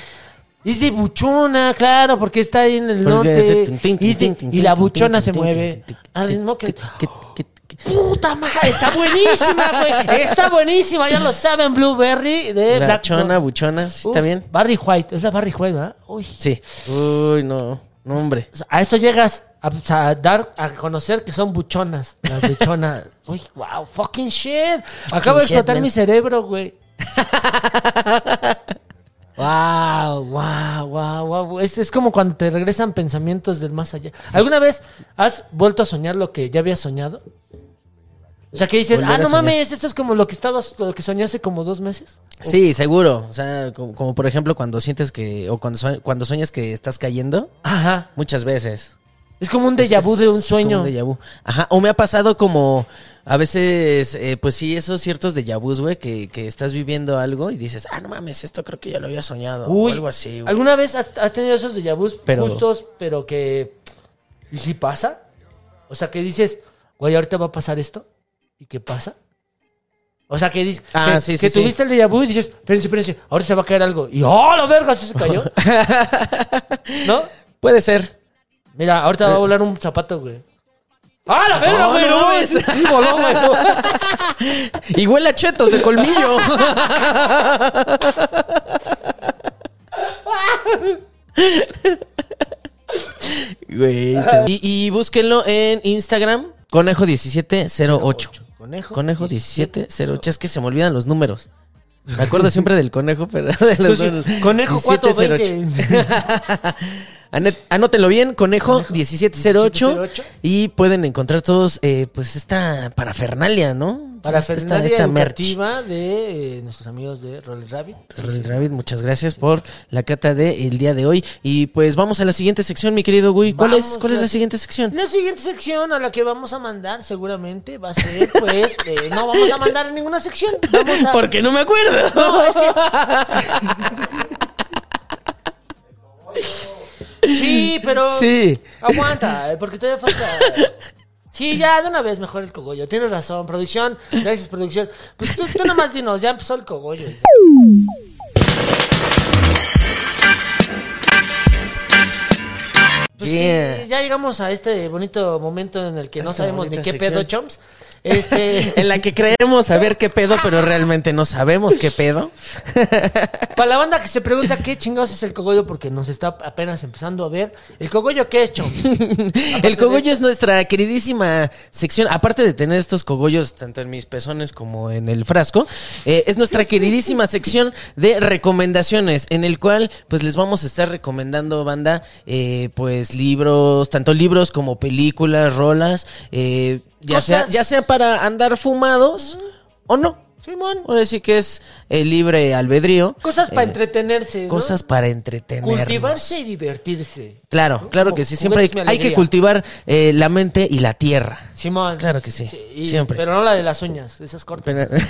[SPEAKER 2] Es de buchona, claro, porque está ahí en el
[SPEAKER 1] Porque es de
[SPEAKER 2] norte.
[SPEAKER 1] tin, tin, tin,
[SPEAKER 2] Es de-
[SPEAKER 1] tin, tin,
[SPEAKER 2] y la
[SPEAKER 1] tin,
[SPEAKER 2] buchona
[SPEAKER 1] tin,
[SPEAKER 2] se
[SPEAKER 1] tin,
[SPEAKER 2] mueve
[SPEAKER 1] tin, tin, tin,
[SPEAKER 2] al
[SPEAKER 1] tin,
[SPEAKER 2] ritmo que...
[SPEAKER 1] tin, tin, tin, tin, tin.
[SPEAKER 2] ¡Puta madre! ¡Está buenísima, güey! ¡Está buenísima! Ya lo saben, Blueberry de
[SPEAKER 1] La
[SPEAKER 2] Black-
[SPEAKER 1] chona, buchona, ¿sí
[SPEAKER 2] Uf,
[SPEAKER 1] está bien?
[SPEAKER 2] Barry White. Es la Barry White, ¿verdad? Uy.
[SPEAKER 1] Sí. Uy, no. No, hombre.
[SPEAKER 2] O sea, Pues, A eso llegas a, a dar a conocer que son buchonas, las de chona. Uy, wow, fucking shit. Acabo de
[SPEAKER 1] shit,
[SPEAKER 2] explotar
[SPEAKER 1] man.
[SPEAKER 2] mi cerebro, güey. wow, wow, wow, wow. Es, es como cuando te regresan pensamientos del más allá. ¿Alguna vez has vuelto a soñar lo que ya habías soñado? O sea, que dices,
[SPEAKER 1] Volver
[SPEAKER 2] ah,
[SPEAKER 1] a
[SPEAKER 2] no
[SPEAKER 1] soñar.
[SPEAKER 2] mames, esto es como lo que estabas, lo que soñaste como dos meses.
[SPEAKER 1] Sí, seguro. O sea, como, como por ejemplo cuando sientes que, o cuando, sue- cuando sueñas que estás cayendo,
[SPEAKER 2] Ajá.
[SPEAKER 1] muchas veces.
[SPEAKER 2] Es como un déjà vu de un
[SPEAKER 1] Es como
[SPEAKER 2] sueño.
[SPEAKER 1] déjà vu. Ajá, o me ha pasado como a veces, eh, pues sí, esos ciertos de vus, güey, que, que estás viviendo algo y dices, ah, no mames, esto creo que ya lo había soñado.
[SPEAKER 2] Uy,
[SPEAKER 1] o algo así, güey.
[SPEAKER 2] ¿Alguna vez has, has tenido esos déjà vus
[SPEAKER 1] Pero-
[SPEAKER 2] justos, pero que. ¿Y si pasa? O sea, que dices, güey, ahorita va a pasar esto. ¿Y qué pasa? O sea, que, dices,
[SPEAKER 1] Ah,
[SPEAKER 2] que,
[SPEAKER 1] sí, sí,
[SPEAKER 2] que
[SPEAKER 1] sí.
[SPEAKER 2] tuviste el déjà vu y dices, espérense, espérense, ahora se va a caer algo. Y ¡oh, la verga! ¿sí se cayó. ¿No?
[SPEAKER 1] Puede ser.
[SPEAKER 2] Mira, ahorita va a volar un zapato, güey. ¡Ah, la verga,
[SPEAKER 1] No,
[SPEAKER 2] güey!
[SPEAKER 1] no
[SPEAKER 2] No,
[SPEAKER 1] mames.
[SPEAKER 2] sí, sí, voló, güey.
[SPEAKER 1] Y huele a chetos de colmillo. Güey. te- Y, y búsquenlo en Instagram, conejo1708.
[SPEAKER 2] Conejo.
[SPEAKER 1] Conejo 1708. Es que se me olvidan los números. Me acuerdo siempre del conejo, pero de los
[SPEAKER 2] Entonces,
[SPEAKER 1] números.
[SPEAKER 2] conejo
[SPEAKER 1] 1708.
[SPEAKER 2] 420.
[SPEAKER 1] Anet- Anótenlo bien, conejo, 1708.
[SPEAKER 2] 1708.
[SPEAKER 1] Y pueden encontrar todos, eh, pues, esta parafernalia, ¿no?
[SPEAKER 2] Para
[SPEAKER 1] Esta-
[SPEAKER 2] Fernalia
[SPEAKER 1] esta merch.
[SPEAKER 2] educativa de eh, nuestros amigos de Roller Rabbit.
[SPEAKER 1] Rodri Rabbit, muchas gracias por la cata del el día de hoy. Y pues vamos a la siguiente sección, mi querido Gui. ¿Cuál, es,
[SPEAKER 2] Vamos,
[SPEAKER 1] cuál es la
[SPEAKER 2] gracias.
[SPEAKER 1] siguiente sección?
[SPEAKER 2] La siguiente sección a la que vamos a mandar seguramente va a ser, pues, eh, no vamos a mandar en ninguna sección. Vamos a...
[SPEAKER 1] Porque no me acuerdo.
[SPEAKER 2] No, es que... Sí, pero...
[SPEAKER 1] Sí.
[SPEAKER 2] Aguanta, eh, porque todavía falta... eh. Sí, ya, de una vez mejor el cogollo. Tienes razón, producción. Gracias, producción. Pues tú, tú nomás dinos, ya empezó el cogollo. Pues pues
[SPEAKER 1] Yeah.
[SPEAKER 2] sí, ya llegamos a este bonito momento en el que no
[SPEAKER 1] Esta
[SPEAKER 2] sabemos de
[SPEAKER 1] bonita
[SPEAKER 2] qué
[SPEAKER 1] sección.
[SPEAKER 2] pedo, chomps. Este,
[SPEAKER 1] En la que creemos saber qué pedo, pero realmente no sabemos qué pedo.
[SPEAKER 2] Para la banda que se pregunta qué chingados es el cogollo, porque nos está apenas empezando a ver. ¿El cogollo qué es, chom?
[SPEAKER 1] El cogollo es nuestra queridísima sección. Aparte de tener estos cogollos tanto en mis pezones como en el frasco, eh, es nuestra queridísima sección de recomendaciones, en el cual pues les vamos a estar recomendando banda, eh, pues libros, tanto libros como películas, rolas, eh, ya, sea,
[SPEAKER 2] Cosas.
[SPEAKER 1] ya sea para andar fumados o no.
[SPEAKER 2] Simón.
[SPEAKER 1] Ahora sí que es el libre albedrío.
[SPEAKER 2] Cosas para
[SPEAKER 1] Eh,
[SPEAKER 2] entretenerse. ¿no?
[SPEAKER 1] Cosas para entretener.
[SPEAKER 2] Cultivarse y divertirse.
[SPEAKER 1] Claro, claro que sí.
[SPEAKER 2] Juguetes
[SPEAKER 1] Siempre hay,
[SPEAKER 2] mi
[SPEAKER 1] hay
[SPEAKER 2] alegría.
[SPEAKER 1] que cultivar eh, la mente y la tierra.
[SPEAKER 2] Simón.
[SPEAKER 1] Claro que sí,
[SPEAKER 2] y-
[SPEAKER 1] siempre.
[SPEAKER 2] Pero no la de las uñas, esas cortas.
[SPEAKER 1] Pero-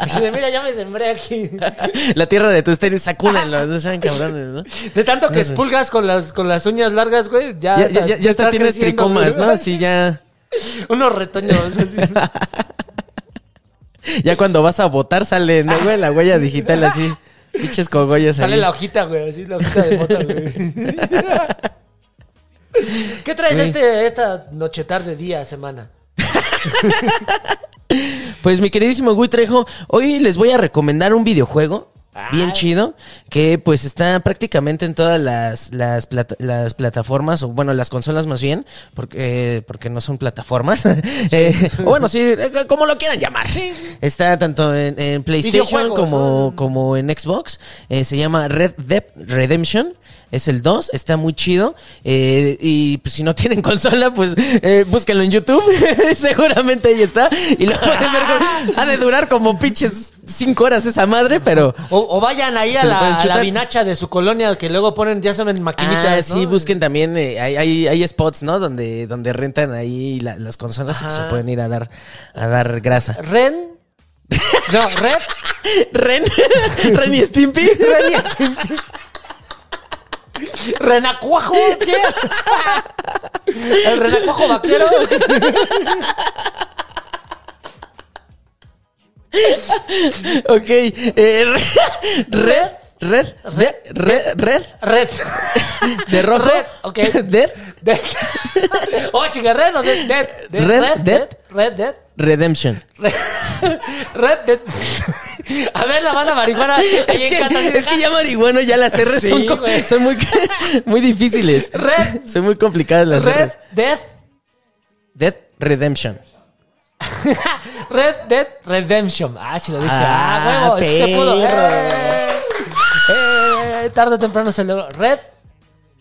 [SPEAKER 2] Así de, mira, ya me sembré aquí.
[SPEAKER 1] la tierra de tus tenis, sacúdenlos, no sean cabrones, ¿no?
[SPEAKER 2] De tanto que
[SPEAKER 1] No sé.
[SPEAKER 2] espulgas con las, con las uñas largas, güey, ya.
[SPEAKER 1] Ya,
[SPEAKER 2] hasta-
[SPEAKER 1] ya, ya, ya hasta
[SPEAKER 2] estás
[SPEAKER 1] tienes
[SPEAKER 2] Ah, creciendo,
[SPEAKER 1] tricomas,
[SPEAKER 2] güey.
[SPEAKER 1] ¿no? Ah, Así ya.
[SPEAKER 2] Unos retoños. así.
[SPEAKER 1] Ya cuando vas a votar sale, ¿no, güey? La huella digital así. Pinches cogollos
[SPEAKER 2] Sale
[SPEAKER 1] ahí.
[SPEAKER 2] la hojita, güey, así la hojita de mota, güey. ¿Qué traes
[SPEAKER 1] Güey.
[SPEAKER 2] este, esta noche, tarde, día, semana?
[SPEAKER 1] Pues mi queridísimo Gui Trejo, hoy les voy a recomendar un videojuego
[SPEAKER 2] Ay.
[SPEAKER 1] bien chido que pues está prácticamente en todas las, las, plata- las plataformas, o bueno, las consolas más bien, porque, eh, porque no son plataformas. Eh, o bueno, sí, eh, como lo quieran llamar. Está tanto en, en PlayStation
[SPEAKER 2] Videojuegos,
[SPEAKER 1] como,
[SPEAKER 2] ¿no?
[SPEAKER 1] como en Xbox. Eh, se llama Red Dead Redemption. Es el 2, está muy chido. Eh, y pues, si no tienen consola, pues eh, búsquenlo en YouTube. Seguramente ahí está. Y lo pueden ver. con- Ha de durar como pinches 5 horas esa madre, pero.
[SPEAKER 2] O, o vayan ahí a
[SPEAKER 1] Se lo pueden
[SPEAKER 2] la, a la
[SPEAKER 1] chutar.
[SPEAKER 2] vinacha de su colonia que luego ponen, ya saben, maquinitas.
[SPEAKER 1] Ah,
[SPEAKER 2] ¿no?
[SPEAKER 1] sí, busquen también. eh, hay, hay, hay spots, ¿no? Donde, donde rentan ahí la- las consolas y pues, se
[SPEAKER 2] Ajá.
[SPEAKER 1] pueden ir a dar, a dar grasa.
[SPEAKER 2] Ren. No, Red.
[SPEAKER 1] Ren, Ren y Stimpy.
[SPEAKER 2] Renacuajo. ¿Qué? El renacuajo vaquero.
[SPEAKER 1] Ok. eh, re- red, red, red, red, red,
[SPEAKER 2] Red.
[SPEAKER 1] de rojo.
[SPEAKER 2] Red, ok.
[SPEAKER 1] Dead
[SPEAKER 2] Dead. Oh, chinga, Red o Dead. Dead. Dead.
[SPEAKER 1] Red,
[SPEAKER 2] Red. Dead.
[SPEAKER 1] Dead.
[SPEAKER 2] Red. Dead.
[SPEAKER 1] Redemption.
[SPEAKER 2] Red, Red Dead. A ver, la banda marihuana ahí en
[SPEAKER 1] Es
[SPEAKER 2] casa. así
[SPEAKER 1] que,
[SPEAKER 2] de-
[SPEAKER 1] es que ya marihuano, ya las R's
[SPEAKER 2] Sí,
[SPEAKER 1] son, co-
[SPEAKER 2] güey.
[SPEAKER 1] son muy, muy difíciles.
[SPEAKER 2] Red.
[SPEAKER 1] Son muy complicadas las
[SPEAKER 2] Red
[SPEAKER 1] R's.
[SPEAKER 2] Dead.
[SPEAKER 1] Dead Redemption.
[SPEAKER 2] Red Dead Redemption. Ah, sí lo dije. Ah,
[SPEAKER 1] Ah,
[SPEAKER 2] huevo, sí se pudo.
[SPEAKER 1] perro.
[SPEAKER 2] Eh, eh, tarde o temprano se logró. Red.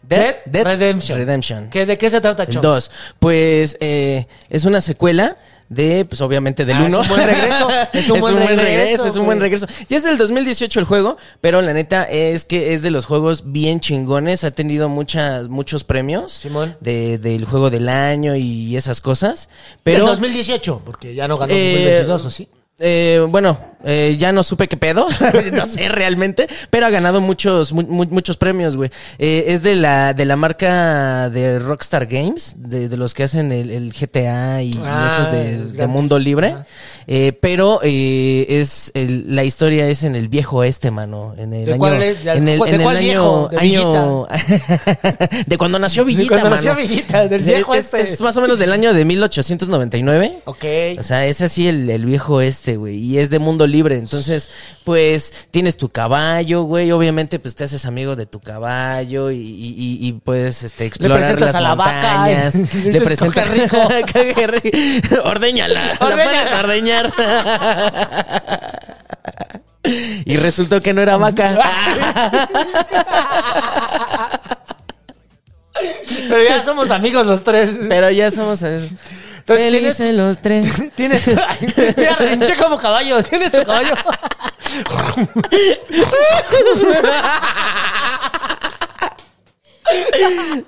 [SPEAKER 2] Dead Redemption.
[SPEAKER 1] Redemption.
[SPEAKER 2] ¿Qué- ¿De qué se trata,
[SPEAKER 1] El
[SPEAKER 2] Chon?
[SPEAKER 1] 2. Pues eh, es una secuela de, pues obviamente del
[SPEAKER 2] Ah, es
[SPEAKER 1] 1.
[SPEAKER 2] un buen regreso, es
[SPEAKER 1] es
[SPEAKER 2] un
[SPEAKER 1] un
[SPEAKER 2] buen
[SPEAKER 1] buen
[SPEAKER 2] regreso,
[SPEAKER 1] regreso. Es un buen
[SPEAKER 2] güey.
[SPEAKER 1] regreso. Ya es del 2018 el juego, pero la neta es que es de los juegos bien chingones. Ha tenido muchas, muchos premios.
[SPEAKER 2] Simón.
[SPEAKER 1] De, del juego del año y esas cosas.
[SPEAKER 2] Pero
[SPEAKER 1] Pero.
[SPEAKER 2] 2018, porque ya no ganó
[SPEAKER 1] Eh,
[SPEAKER 2] 2022, ¿o sí?
[SPEAKER 1] eh, bueno, eh, ya no supe qué pedo, no sé realmente, pero ha ganado muchos mu- mu- muchos premios, güey. Eh, es de la de la marca de Rockstar Games, de, de los que hacen el, el GTA y, y
[SPEAKER 2] Ah,
[SPEAKER 1] esos de,
[SPEAKER 2] el
[SPEAKER 1] de
[SPEAKER 2] Grand
[SPEAKER 1] mundo libre.
[SPEAKER 2] Ajá.
[SPEAKER 1] Eh, pero eh, es el- la historia es en el viejo este, mano, en el
[SPEAKER 2] ¿De
[SPEAKER 1] año
[SPEAKER 2] cuál es? ¿De
[SPEAKER 1] en el,
[SPEAKER 2] cuál- de
[SPEAKER 1] en el
[SPEAKER 2] cuál
[SPEAKER 1] año
[SPEAKER 2] viejo? ¿De
[SPEAKER 1] año- de cuando nació Villita,
[SPEAKER 2] cuando nació
[SPEAKER 1] mano.
[SPEAKER 2] Villita, del viejo
[SPEAKER 1] es,
[SPEAKER 2] este.
[SPEAKER 1] es más o menos del año de 1899.
[SPEAKER 2] Ok.
[SPEAKER 1] O sea, es así el, el viejo este, güey. Y es de mundo libre. Entonces, pues, tienes tu caballo, güey. Obviamente, pues, te haces amigo de tu caballo y, y- y- y puedes este, explorar
[SPEAKER 2] presentas
[SPEAKER 1] las
[SPEAKER 2] a la vaca,
[SPEAKER 1] montañas.
[SPEAKER 2] y
[SPEAKER 1] Le
[SPEAKER 2] dices,
[SPEAKER 1] presentas
[SPEAKER 2] "Coge rico".
[SPEAKER 1] Coge rico. Ordéñala.
[SPEAKER 2] Ordéñala.
[SPEAKER 1] La puedes ordeñar. y resultó que no era vaca.
[SPEAKER 2] Pero ya somos amigos los tres.
[SPEAKER 1] Pero ya somos eh, felices los tres.
[SPEAKER 2] Tienes. Mira, renché como caballo. Tienes tu caballo.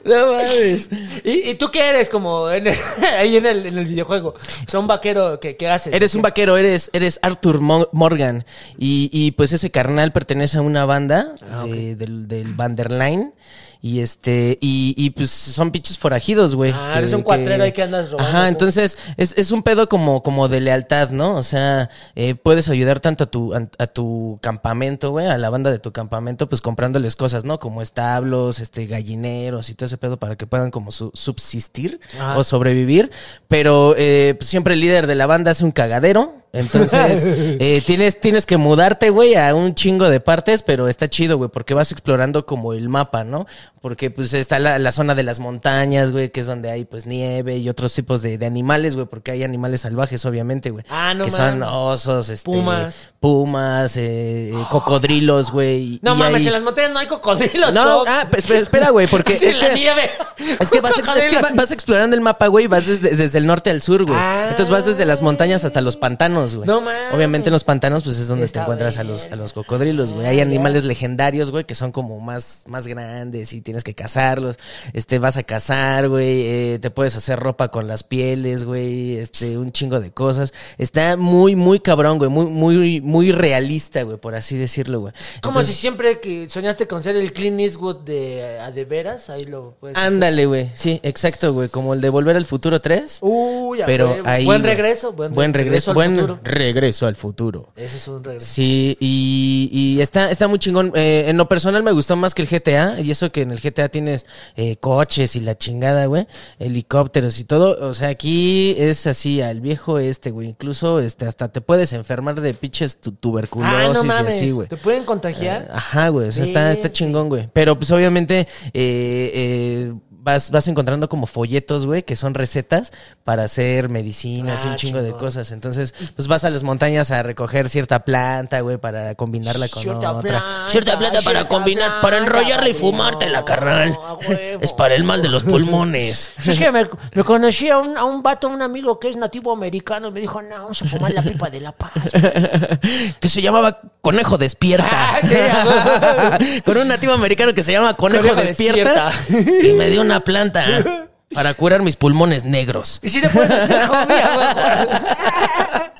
[SPEAKER 1] No mames.
[SPEAKER 2] ¿Y, y tú qué eres como en el- ahí en el, en el videojuego? O sea, un vaquero que, que haces.
[SPEAKER 1] Eres un vaquero, eres, eres Arthur Mo- Morgan.
[SPEAKER 2] Ah,
[SPEAKER 1] Y, y, pues ese carnal pertenece a una banda de- del, del Vanderline. Y este, y, y, pues son pinches forajidos, güey.
[SPEAKER 2] Ah, eres un cuatrero ahí que andas robando
[SPEAKER 1] Ajá,
[SPEAKER 2] cosas.
[SPEAKER 1] entonces es, es un pedo como, como de lealtad, ¿no? O sea, eh, puedes ayudar tanto a tu, a, a tu campamento, güey, a la banda de tu campamento, pues comprándoles cosas, ¿no? Como establos, este, gallineros y todo ese pedo para que puedan como su- subsistir
[SPEAKER 2] Ajá.
[SPEAKER 1] o sobrevivir. Pero eh, pues, siempre el líder de la banda hace un cagadero. Entonces, eh, tienes, tienes que mudarte, güey, a un chingo de partes, pero está chido, güey, porque vas explorando como el mapa, ¿no? Porque pues está la, la zona de las montañas, güey, que es donde hay pues nieve y otros tipos de, de animales, güey, porque hay animales salvajes, obviamente, güey.
[SPEAKER 2] Ah, no
[SPEAKER 1] Que son
[SPEAKER 2] mames.
[SPEAKER 1] osos, este,
[SPEAKER 2] Pumas.
[SPEAKER 1] pumas, eh, eh, cocodrilos, güey. y-
[SPEAKER 2] No
[SPEAKER 1] y
[SPEAKER 2] mames,
[SPEAKER 1] hay-
[SPEAKER 2] en las montañas no hay cocodrilos,
[SPEAKER 1] No,
[SPEAKER 2] Choc.
[SPEAKER 1] ah, pues, espera, espera, güey, porque
[SPEAKER 2] Es en
[SPEAKER 1] es
[SPEAKER 2] la
[SPEAKER 1] que-
[SPEAKER 2] nieve.
[SPEAKER 1] es que, vas, ex- es que va- vas explorando el mapa, güey, y vas desde, desde el norte al sur, güey.
[SPEAKER 2] Ah.
[SPEAKER 1] Entonces vas desde las montañas hasta los pantanos, güey.
[SPEAKER 2] No mames.
[SPEAKER 1] Obviamente en los pantanos, pues es donde
[SPEAKER 2] Está
[SPEAKER 1] te
[SPEAKER 2] Ah,
[SPEAKER 1] encuentras a los, a
[SPEAKER 2] verga.
[SPEAKER 1] los cocodrilos, güey. Hay animales legendarios, güey, que son como más, más grandes y tienes que cazarlos. Este, vas a cazar, güey. eh, te puedes hacer ropa con las pieles, güey. Este, un chingo de cosas. Está muy, muy cabrón, güey. Muy, muy, muy realista, güey, por así decirlo, güey.
[SPEAKER 2] Como
[SPEAKER 1] Entonces-
[SPEAKER 2] si siempre que soñaste con ser el Clint Eastwood de a de veras, ahí lo puedes. hacer.
[SPEAKER 1] Ándale, güey. Sí, exacto, güey. Como el de Volver al Futuro
[SPEAKER 2] Uh,
[SPEAKER 1] 3.
[SPEAKER 2] Uy, a
[SPEAKER 1] Pero
[SPEAKER 2] huevo.
[SPEAKER 1] ahí.
[SPEAKER 2] pues, buen
[SPEAKER 1] güey.
[SPEAKER 2] regreso, buen,
[SPEAKER 1] Buen regreso.
[SPEAKER 2] al
[SPEAKER 1] buen
[SPEAKER 2] futuro.
[SPEAKER 1] regreso al futuro.
[SPEAKER 2] Ese es un regreso.
[SPEAKER 1] Sí, y, y está, está muy chingón. Eh, en lo personal me gustó más que el GTA. Y eso que en el GTA tienes eh, coches y la chingada, güey. Helicópteros y todo. O sea, aquí es así al viejo este, güey. Incluso este, hasta te puedes enfermar de pinches tu- tuberculosis
[SPEAKER 2] Ah, no
[SPEAKER 1] y
[SPEAKER 2] mames.
[SPEAKER 1] así, güey. Eh,
[SPEAKER 2] ¿Te pueden contagiar?
[SPEAKER 1] Ajá, güey. O sea, está, está
[SPEAKER 2] Verde.
[SPEAKER 1] chingón, güey. Pero pues obviamente eh, eh, vas, vas encontrando como folletos, güey, que son recetas para hacer medicinas y
[SPEAKER 2] Ah,
[SPEAKER 1] un chingo de
[SPEAKER 2] chingón.
[SPEAKER 1] cosas. Entonces, pues vas a las montañas a recoger cierta planta, güey, para combinarla con
[SPEAKER 2] Cierta
[SPEAKER 1] otra.
[SPEAKER 2] planta,
[SPEAKER 1] cierta planta para
[SPEAKER 2] cierta
[SPEAKER 1] combinar, para
[SPEAKER 2] planta,
[SPEAKER 1] enrollarla y
[SPEAKER 2] padrino.
[SPEAKER 1] fumártela, carnal.
[SPEAKER 2] A huevo.
[SPEAKER 1] Es para el mal de los pulmones.
[SPEAKER 2] Es que me, me conocí a un, a un vato, un amigo que es nativo americano, y me dijo, no, vamos a fumar la pipa de la paz.
[SPEAKER 1] que se llamaba Conejo Despierta.
[SPEAKER 2] Ah, sí, a
[SPEAKER 1] Con un nativo americano que se llama Conejo,
[SPEAKER 2] Conejo
[SPEAKER 1] Despierta. Y me dio una planta para curar mis pulmones negros.
[SPEAKER 2] Y si te puedes hacer homie, a huevo.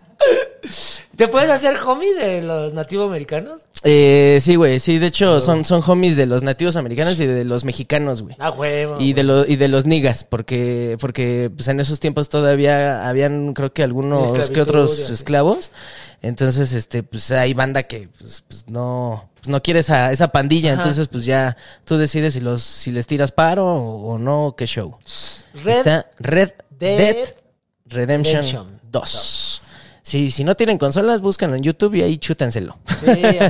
[SPEAKER 2] ¿Te puedes hacer homie de los nativos americanos?
[SPEAKER 1] Eh, sí, güey, sí, de hecho son, son homies de los nativos americanos y de los mexicanos, güey.
[SPEAKER 2] A huevo.
[SPEAKER 1] Y de, los y de los niggas, porque, porque pues, en esos tiempos todavía habían, creo que algunos
[SPEAKER 2] Esclavitud
[SPEAKER 1] que
[SPEAKER 2] y
[SPEAKER 1] otros
[SPEAKER 2] así.
[SPEAKER 1] esclavos. Entonces, este, pues hay banda que pues, pues, no, pues, no quiere esa, esa pandilla. Entonces, pues ya tú decides si los, si les tiras paro o, o no, o qué show.
[SPEAKER 2] Red
[SPEAKER 1] Está Red
[SPEAKER 2] Dead
[SPEAKER 1] Dead, Redemption,
[SPEAKER 2] Redemption
[SPEAKER 1] 2. Sí, si no tienen consolas, búscanlo en YouTube y ahí chútenselo.
[SPEAKER 2] Sí, a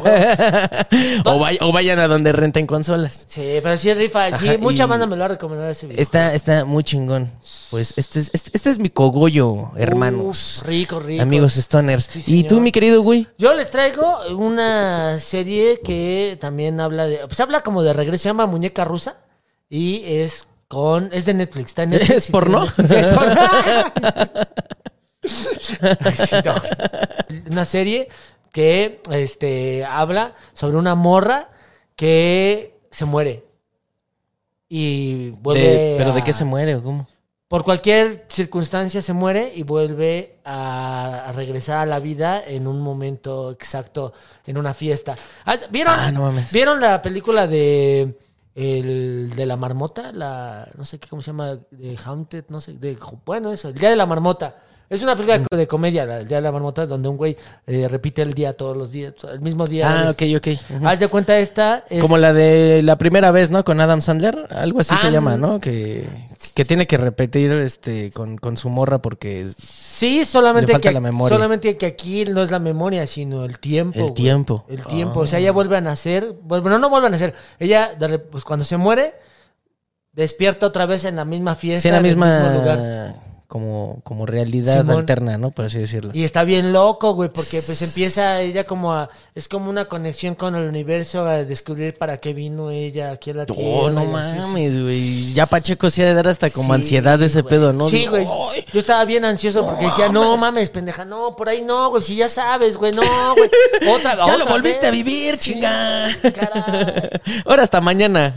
[SPEAKER 2] huevo.
[SPEAKER 1] o, vay- o vayan a donde renten consolas.
[SPEAKER 2] Sí, pero sí rifa. Sí,
[SPEAKER 1] Ajá,
[SPEAKER 2] mucha
[SPEAKER 1] y-
[SPEAKER 2] banda me lo ha recomendado ese video.
[SPEAKER 1] Está, está muy chingón. Pues este es, este, este es mi cogollo, hermanos.
[SPEAKER 2] Uf, rico, rico.
[SPEAKER 1] amigos stoners.
[SPEAKER 2] Sí,
[SPEAKER 1] y
[SPEAKER 2] señor.
[SPEAKER 1] tú, mi querido güey.
[SPEAKER 2] Yo les traigo una serie que también habla de. Pues habla como de regreso, se llama Muñeca Rusa. Y es con. Es de Netflix, está en Netflix.
[SPEAKER 1] ¿Es
[SPEAKER 2] y
[SPEAKER 1] porno?
[SPEAKER 2] tiene- Sí, es porno. Sí, no. Una serie que este, habla sobre una morra que se muere. Y vuelve.
[SPEAKER 1] De- ¿Pero de
[SPEAKER 2] a-
[SPEAKER 1] qué se muere o cómo?
[SPEAKER 2] por cualquier circunstancia se muere y vuelve a, a regresar a la vida en un momento exacto, en una fiesta. Ah, ¿Vieron,
[SPEAKER 1] Ah, no mames.
[SPEAKER 2] ¿Vieron la película de el de la marmota? La, no sé qué, cómo se llama, de Haunted, no sé, de, bueno, eso, el día de la marmota. Es una película
[SPEAKER 1] Mm.
[SPEAKER 2] de, comedia, la- el día de la marmota, donde un güey eh, repite el día todos los días, el mismo día.
[SPEAKER 1] Ah,
[SPEAKER 2] Es-
[SPEAKER 1] ok, ok. Ujú.
[SPEAKER 2] Haz de cuenta esta. es-
[SPEAKER 1] Como la de la primera vez, ¿no? Con Adam Sandler. Algo así
[SPEAKER 2] Ah,
[SPEAKER 1] se llama,
[SPEAKER 2] no.
[SPEAKER 1] ¿no? Que, que tiene que repetir este con, con su morra porque
[SPEAKER 2] Sí, solamente
[SPEAKER 1] Le falta
[SPEAKER 2] que,
[SPEAKER 1] la memoria.
[SPEAKER 2] solamente que aquí no es la memoria, sino el tiempo.
[SPEAKER 1] El
[SPEAKER 2] güey.
[SPEAKER 1] tiempo.
[SPEAKER 2] El tiempo.
[SPEAKER 1] Ah.
[SPEAKER 2] O sea, ella vuelve a nacer. Bueno, no, no vuelve a nacer. Ella, de re- pues cuando se muere, despierta otra vez en la misma fiesta.
[SPEAKER 1] es en la
[SPEAKER 2] en el
[SPEAKER 1] misma
[SPEAKER 2] mismo lugar.
[SPEAKER 1] como, como realidad
[SPEAKER 2] Simón.
[SPEAKER 1] alterna, ¿no? Por así decirlo.
[SPEAKER 2] Y está bien loco, güey, porque pues empieza ella como a... Es como una conexión con el universo a descubrir para qué vino ella aquí a la Tierra.
[SPEAKER 1] Oh, no
[SPEAKER 2] y así, sí,
[SPEAKER 1] mames, güey. Ya Pacheco sí ha de dar hasta como
[SPEAKER 2] Sí,
[SPEAKER 1] ansiedad de ese
[SPEAKER 2] güey.
[SPEAKER 1] pedo, ¿no?
[SPEAKER 2] Sí, güey. Yo estaba bien ansioso porque decía, no mames, pendeja, no, por ahí no, güey. Si ya sabes, güey, no, güey. Otra,
[SPEAKER 1] Ya
[SPEAKER 2] otra
[SPEAKER 1] lo volviste
[SPEAKER 2] vez.
[SPEAKER 1] a vivir, chinga.
[SPEAKER 2] Caray.
[SPEAKER 1] Ahora hasta mañana.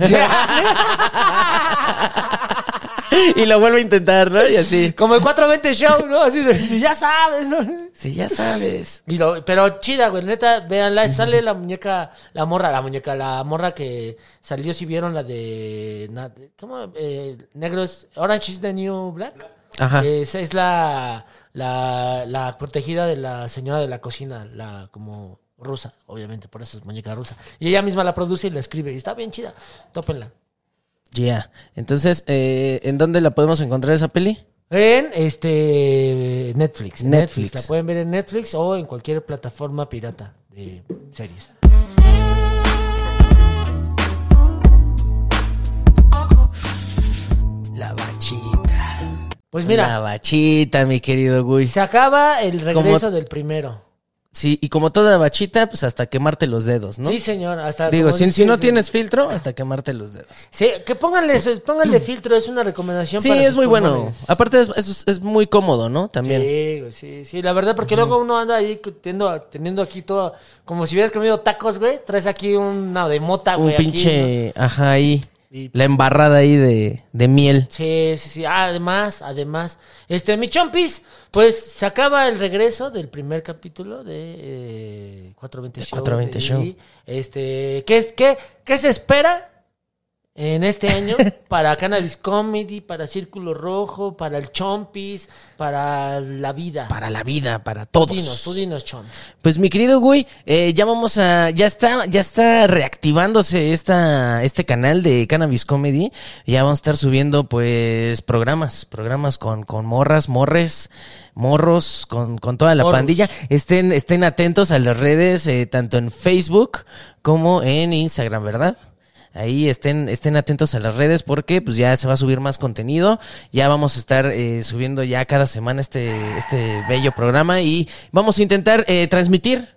[SPEAKER 1] y lo vuelvo a intentar, ¿no? Y así.
[SPEAKER 2] Como el 420 Show, ¿no? Así de, si ya sabes, ¿no?
[SPEAKER 1] Sí, ya sabes.
[SPEAKER 2] Y lo- pero chida, güey, neta, véanla, sale la muñeca, la morra, la muñeca, la morra que salió, si vieron la de, na- ¿cómo? Eh, negros, Orange is the New Black.
[SPEAKER 1] Ajá.
[SPEAKER 2] Esa es la, la, la protegida de la señora de la cocina, la como rusa, obviamente, por eso es muñeca rusa. Y ella misma la produce y la escribe, y está bien chida, tópenla.
[SPEAKER 1] Ya. Entonces, eh, ¿en dónde la podemos encontrar esa peli?
[SPEAKER 2] En este Netflix,
[SPEAKER 1] Netflix.
[SPEAKER 2] en Netflix. La pueden ver en Netflix o en cualquier plataforma pirata de series.
[SPEAKER 1] La bachita.
[SPEAKER 2] Pues
[SPEAKER 1] La
[SPEAKER 2] mira,
[SPEAKER 1] bachita, mi querido Gui.
[SPEAKER 2] se acaba el regreso
[SPEAKER 1] Como-
[SPEAKER 2] del primero.
[SPEAKER 1] Sí, y como toda bachita, pues hasta quemarte los dedos, ¿no?
[SPEAKER 2] Sí, señor. Hasta
[SPEAKER 1] Digo,
[SPEAKER 2] como
[SPEAKER 1] si, si
[SPEAKER 2] dices,
[SPEAKER 1] no
[SPEAKER 2] sí.
[SPEAKER 1] tienes filtro, hasta quemarte los dedos.
[SPEAKER 2] Sí, que pónganle, eso, pónganle filtro, es una recomendación.
[SPEAKER 1] Sí,
[SPEAKER 2] para
[SPEAKER 1] es
[SPEAKER 2] sus
[SPEAKER 1] muy bueno.
[SPEAKER 2] pulmones.
[SPEAKER 1] Aparte, es, es- es muy cómodo, ¿no? También.
[SPEAKER 2] Sí, güey, sí, sí, la verdad, porque luego uno anda ahí cu- teniendo, teniendo aquí todo, como si hubieras comido tacos, güey, traes aquí una de mota,
[SPEAKER 1] Un
[SPEAKER 2] güey. aquí, ¿no?
[SPEAKER 1] pinche. Ajá, ahí.
[SPEAKER 2] Y-
[SPEAKER 1] La embarrada ahí de, de miel.
[SPEAKER 2] Sí, sí, sí, además, además, este, mi chompis, pues se acaba el regreso del primer capítulo de eh, 420
[SPEAKER 1] De
[SPEAKER 2] Show.
[SPEAKER 1] 420
[SPEAKER 2] y,
[SPEAKER 1] Show.
[SPEAKER 2] Este, ¿qué, es, qué, ¿qué se espera? En este año, para Cannabis Comedy, para Círculo Rojo, para el Chompis, para la vida.
[SPEAKER 1] Para la vida, para
[SPEAKER 2] Tú dinos,
[SPEAKER 1] todos.
[SPEAKER 2] tú dinos, Chompis.
[SPEAKER 1] Pues mi querido Gui, eh, ya vamos a, ya está, ya está reactivándose esta, este canal de Cannabis Comedy. Ya vamos a estar subiendo pues programas, programas con, con morras, morres, morros, con, con toda la
[SPEAKER 2] Morros.
[SPEAKER 1] pandilla. Estén, estén atentos a las redes, eh, tanto en Facebook como en Instagram, ¿verdad? Ahí estén, estén atentos a las redes porque pues ya se va a subir más contenido. Ya vamos a estar eh, subiendo ya cada semana este, este bello programa y vamos a intentar eh, transmitir.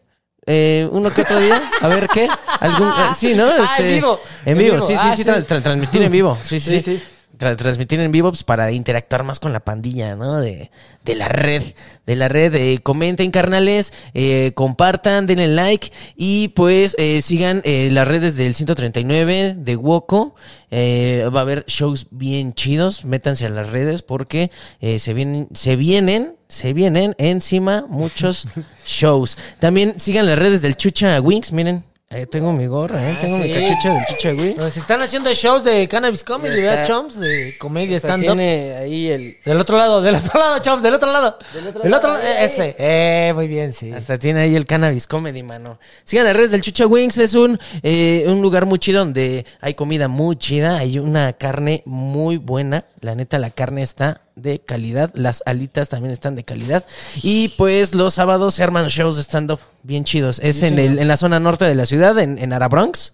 [SPEAKER 1] eh, uno que otro día, a ver qué. ¿Algún, eh, sí, ¿no?
[SPEAKER 2] Ah, en vivo.
[SPEAKER 1] En
[SPEAKER 2] En
[SPEAKER 1] vivo,
[SPEAKER 2] vivo.
[SPEAKER 1] sí,
[SPEAKER 2] Ah,
[SPEAKER 1] sí, sí,
[SPEAKER 2] sí.
[SPEAKER 1] tra- tra- transmitir en vivo. Sí, sí,
[SPEAKER 2] Sí,
[SPEAKER 1] sí.
[SPEAKER 2] sí.
[SPEAKER 1] Tra- transmitir en vivo pues, para interactuar más con la pandilla, ¿no? De, de la red, de la red. Eh, comenten, carnales, eh, compartan, denle like y pues eh, sigan eh, las redes del 139 de Woco. Eh, va a haber shows bien chidos. Métanse a las redes porque eh, se vienen, se vienen, se vienen encima muchos shows. También sigan las redes del Chucha Wings, miren. Ahí tengo mi gorra, ¿eh? tengo mi
[SPEAKER 2] sí.
[SPEAKER 1] cachucha del Chucha Wings.
[SPEAKER 2] Nos están haciendo shows de cannabis comedy,
[SPEAKER 1] Ya
[SPEAKER 2] ¿verdad,
[SPEAKER 1] está.
[SPEAKER 2] Chomps? De comedia
[SPEAKER 1] Hasta
[SPEAKER 2] stand-up.
[SPEAKER 1] tiene ahí el
[SPEAKER 2] Del otro lado, del otro lado, Chomps, del otro lado. Del otro, lado, ese. Eh, muy bien, sí.
[SPEAKER 1] hasta tiene ahí el cannabis comedy, mano. Sigan las redes del Chucha Wings, es un, eh, un lugar muy chido donde hay comida muy chida, hay una carne muy buena. La neta, la carne está de calidad, las alitas también están de calidad. Y pues los sábados se arman shows de stand-up bien chidos. Es en, el, en la zona norte de la ciudad, en, en Arabronx.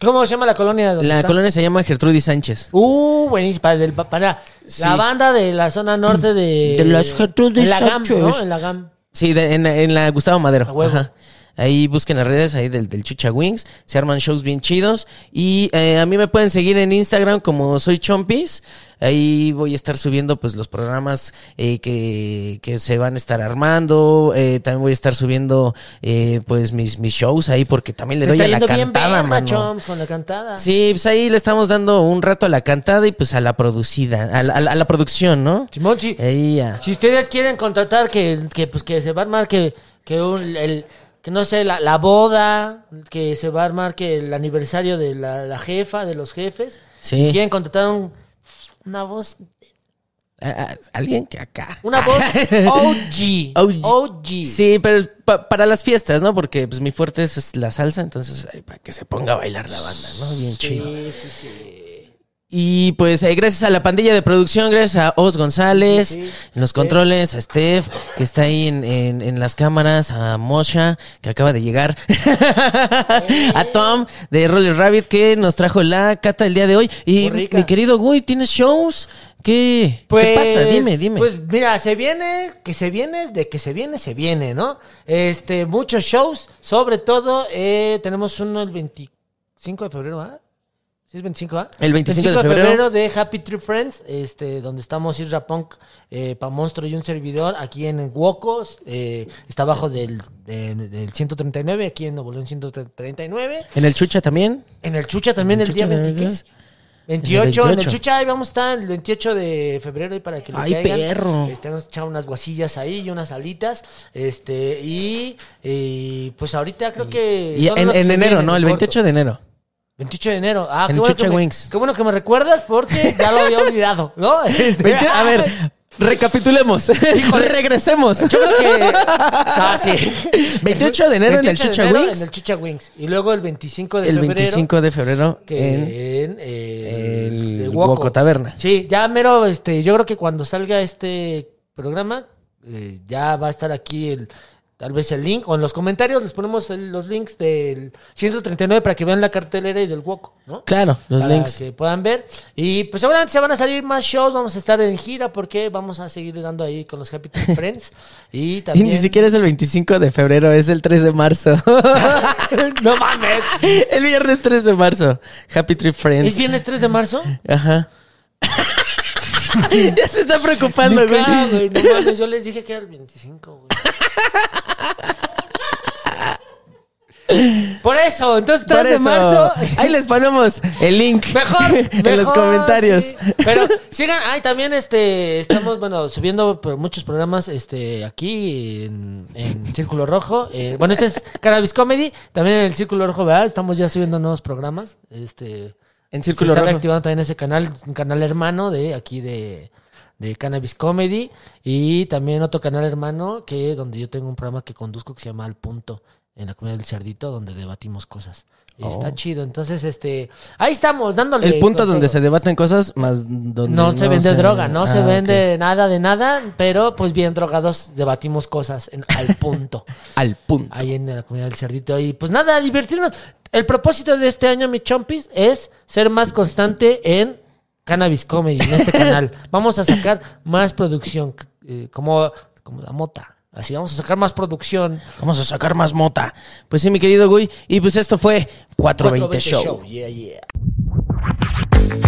[SPEAKER 2] ¿Cómo se llama la colonia? donde
[SPEAKER 1] La
[SPEAKER 2] está?
[SPEAKER 1] colonia se llama Gertrudis Sánchez.
[SPEAKER 2] Uh, buenísimo. Para, del- para la banda de la zona norte de.
[SPEAKER 1] De las Gertrudis
[SPEAKER 2] En la GAM,
[SPEAKER 1] Sánchez.
[SPEAKER 2] ¿no? En la GAM.
[SPEAKER 1] Sí, de- en, en la Gustavo Madero.
[SPEAKER 2] A huevo.
[SPEAKER 1] Ajá. Ahí busquen las redes ahí del, del Chucha Wings. Se arman shows bien chidos. Y eh, a mí me pueden seguir en Instagram como soy Chompis. Ahí voy a estar subiendo pues los programas eh, que, que se van a estar armando. Eh, también voy a estar subiendo eh, pues mis, mis shows ahí porque también le
[SPEAKER 2] Te
[SPEAKER 1] doy
[SPEAKER 2] está
[SPEAKER 1] a la
[SPEAKER 2] yendo bien
[SPEAKER 1] cantada,
[SPEAKER 2] verga,
[SPEAKER 1] mano.
[SPEAKER 2] Chomps, con la cantada.
[SPEAKER 1] Sí, pues ahí le estamos dando un rato a la cantada y pues a la producida, a la, a la- a la producción, ¿no?
[SPEAKER 2] Simón, sí.
[SPEAKER 1] Ahí a-
[SPEAKER 2] Si ustedes quieren contratar que, que, pues, que se va a armar que, que un- el que no sé, la, la boda, que se va a armar que el aniversario de la, la jefa, de los jefes,
[SPEAKER 1] Sí.
[SPEAKER 2] quieren contratar un- una voz,
[SPEAKER 1] a- a- alguien que acá.
[SPEAKER 2] una voz OG.
[SPEAKER 1] OG.
[SPEAKER 2] OG.
[SPEAKER 1] Sí, pero pa- para las fiestas, ¿no? Porque pues mi fuerte es, es la salsa, entonces ay, para que se ponga a bailar la banda, ¿no? Bien chido.
[SPEAKER 2] Sí, sí, sí.
[SPEAKER 1] Y pues eh, gracias a la pandilla de producción, gracias a Os González,
[SPEAKER 2] Sí, sí, sí.
[SPEAKER 1] en los controles, a Steph, que está ahí en, en- en las cámaras, a Mosha, que acaba de llegar, a Tom de Roller Rabbit, que nos trajo la cata el día de hoy. Y
[SPEAKER 2] Muy rica.
[SPEAKER 1] mi querido Gui, ¿tienes shows? ¿Qué,
[SPEAKER 2] Pues,
[SPEAKER 1] ¿Qué pasa? Dime, dime.
[SPEAKER 2] Pues mira, se viene, que se viene, de que se viene, se viene, ¿no? Este, muchos shows, sobre todo, eh, tenemos uno el 25 de febrero, ¿ah? ¿Sí es 25, ah?
[SPEAKER 1] El 25 de febrero.
[SPEAKER 2] de Happy Tree Friends, este, donde estamos Isra Punk, eh, Pa Monstruo y un servidor, aquí en Wocos, eh, está abajo del, del, del 139, aquí en Nuevo León 139.
[SPEAKER 1] ¿En el Chucha también?
[SPEAKER 2] En el Chucha también el,
[SPEAKER 1] Chucha,
[SPEAKER 2] día
[SPEAKER 1] ¿verdad?
[SPEAKER 2] 26. 28, en el
[SPEAKER 1] 28.
[SPEAKER 2] Chucha, ahí vamos a estar el 28 de febrero y para que le
[SPEAKER 1] Ay,
[SPEAKER 2] caigan.
[SPEAKER 1] perro.
[SPEAKER 2] Este, vamos a echar unas guasillas ahí y unas alitas. Este, y, y, pues ahorita creo que.
[SPEAKER 1] Y
[SPEAKER 2] son
[SPEAKER 1] en,
[SPEAKER 2] los que
[SPEAKER 1] en
[SPEAKER 2] se
[SPEAKER 1] enero,
[SPEAKER 2] vienen
[SPEAKER 1] ¿no? El
[SPEAKER 2] corto.
[SPEAKER 1] 28 de enero.
[SPEAKER 2] 28 de enero. Ah,
[SPEAKER 1] En
[SPEAKER 2] qué bueno,
[SPEAKER 1] Chucha
[SPEAKER 2] que me,
[SPEAKER 1] Wings.
[SPEAKER 2] qué bueno que me recuerdas porque ya lo había olvidado, ¿no? Este,
[SPEAKER 1] Veinte- a ver, recapitulemos.
[SPEAKER 2] Híjole.
[SPEAKER 1] regresemos.
[SPEAKER 2] Yo creo que. Ah, sí.
[SPEAKER 1] 28 de enero en el
[SPEAKER 2] 28 de
[SPEAKER 1] Chucha
[SPEAKER 2] enero
[SPEAKER 1] Wings.
[SPEAKER 2] En el Chucha Wings. Y luego el 25 de
[SPEAKER 1] El
[SPEAKER 2] febrero.
[SPEAKER 1] 25 de febrero
[SPEAKER 2] que
[SPEAKER 1] en
[SPEAKER 2] en eh,
[SPEAKER 1] el
[SPEAKER 2] el
[SPEAKER 1] Woco Taberna.
[SPEAKER 2] Sí, ya mero, este, yo creo que cuando salga este programa, eh, ya va a estar aquí el, tal vez el link, o en los comentarios les ponemos el- los links del 139 para que vean la cartelera y del Woco, ¿no?
[SPEAKER 1] Claro, los
[SPEAKER 2] para
[SPEAKER 1] links.
[SPEAKER 2] que puedan ver. Y pues seguramente se van a salir más shows, vamos a estar en gira porque vamos a seguir dando ahí con los Happy Time Friends. Y
[SPEAKER 1] Y
[SPEAKER 2] también...
[SPEAKER 1] ni siquiera es el 25 de febrero, es el 3 de marzo.
[SPEAKER 2] ¡No mames!
[SPEAKER 1] el viernes 3 de marzo. Happy Tree
[SPEAKER 2] ¿Es
[SPEAKER 1] Friends.
[SPEAKER 2] viernes 3 de marzo?
[SPEAKER 1] Ajá. ya se está preocupando,
[SPEAKER 2] Ni
[SPEAKER 1] güey.
[SPEAKER 2] cara, güey, no mames, yo les dije que era el 25, güey. Por eso, entonces 3
[SPEAKER 1] Por
[SPEAKER 2] de
[SPEAKER 1] eso,
[SPEAKER 2] marzo.
[SPEAKER 1] Ahí les ponemos el link.
[SPEAKER 2] Mejor,
[SPEAKER 1] en los
[SPEAKER 2] mejor,
[SPEAKER 1] comentarios.
[SPEAKER 2] sí. Pero sigan, ay, también este estamos bueno subiendo por muchos programas este aquí en, en Círculo Rojo. Eh, bueno, este es Cannabis Comedy, también en el Círculo Rojo, ¿verdad? Estamos ya subiendo nuevos programas. Este
[SPEAKER 1] En Círculo
[SPEAKER 2] se está
[SPEAKER 1] Rojo.
[SPEAKER 2] reactivando también ese canal, un canal hermano de aquí de, de Cannabis Comedy y también otro canal hermano que donde yo tengo un programa que conduzco que se llama Al Punto en la comunidad del cerdito donde debatimos cosas. Y Está chido. Entonces, este, ahí estamos dándole
[SPEAKER 1] Oh. El punto
[SPEAKER 2] con
[SPEAKER 1] donde
[SPEAKER 2] todo.
[SPEAKER 1] se debaten cosas más donde
[SPEAKER 2] no, se vende droga, no se
[SPEAKER 1] Ah,
[SPEAKER 2] vende nada de nada, pero pues bien drogados debatimos cosas en Al Punto.
[SPEAKER 1] ok. al punto.
[SPEAKER 2] ahí en la comunidad del cerdito. Y pues nada, divertirnos. El propósito de este año, mi chompis, es ser más constante en Cannabis Comedy, en este canal. Vamos a sacar más producción, eh, como, como la mota. Así vamos a sacar más producción.
[SPEAKER 1] Vamos a sacar más mota. Pues sí, mi querido Gui. Y pues esto fue 420, Show.
[SPEAKER 2] 420 Yeah, yeah.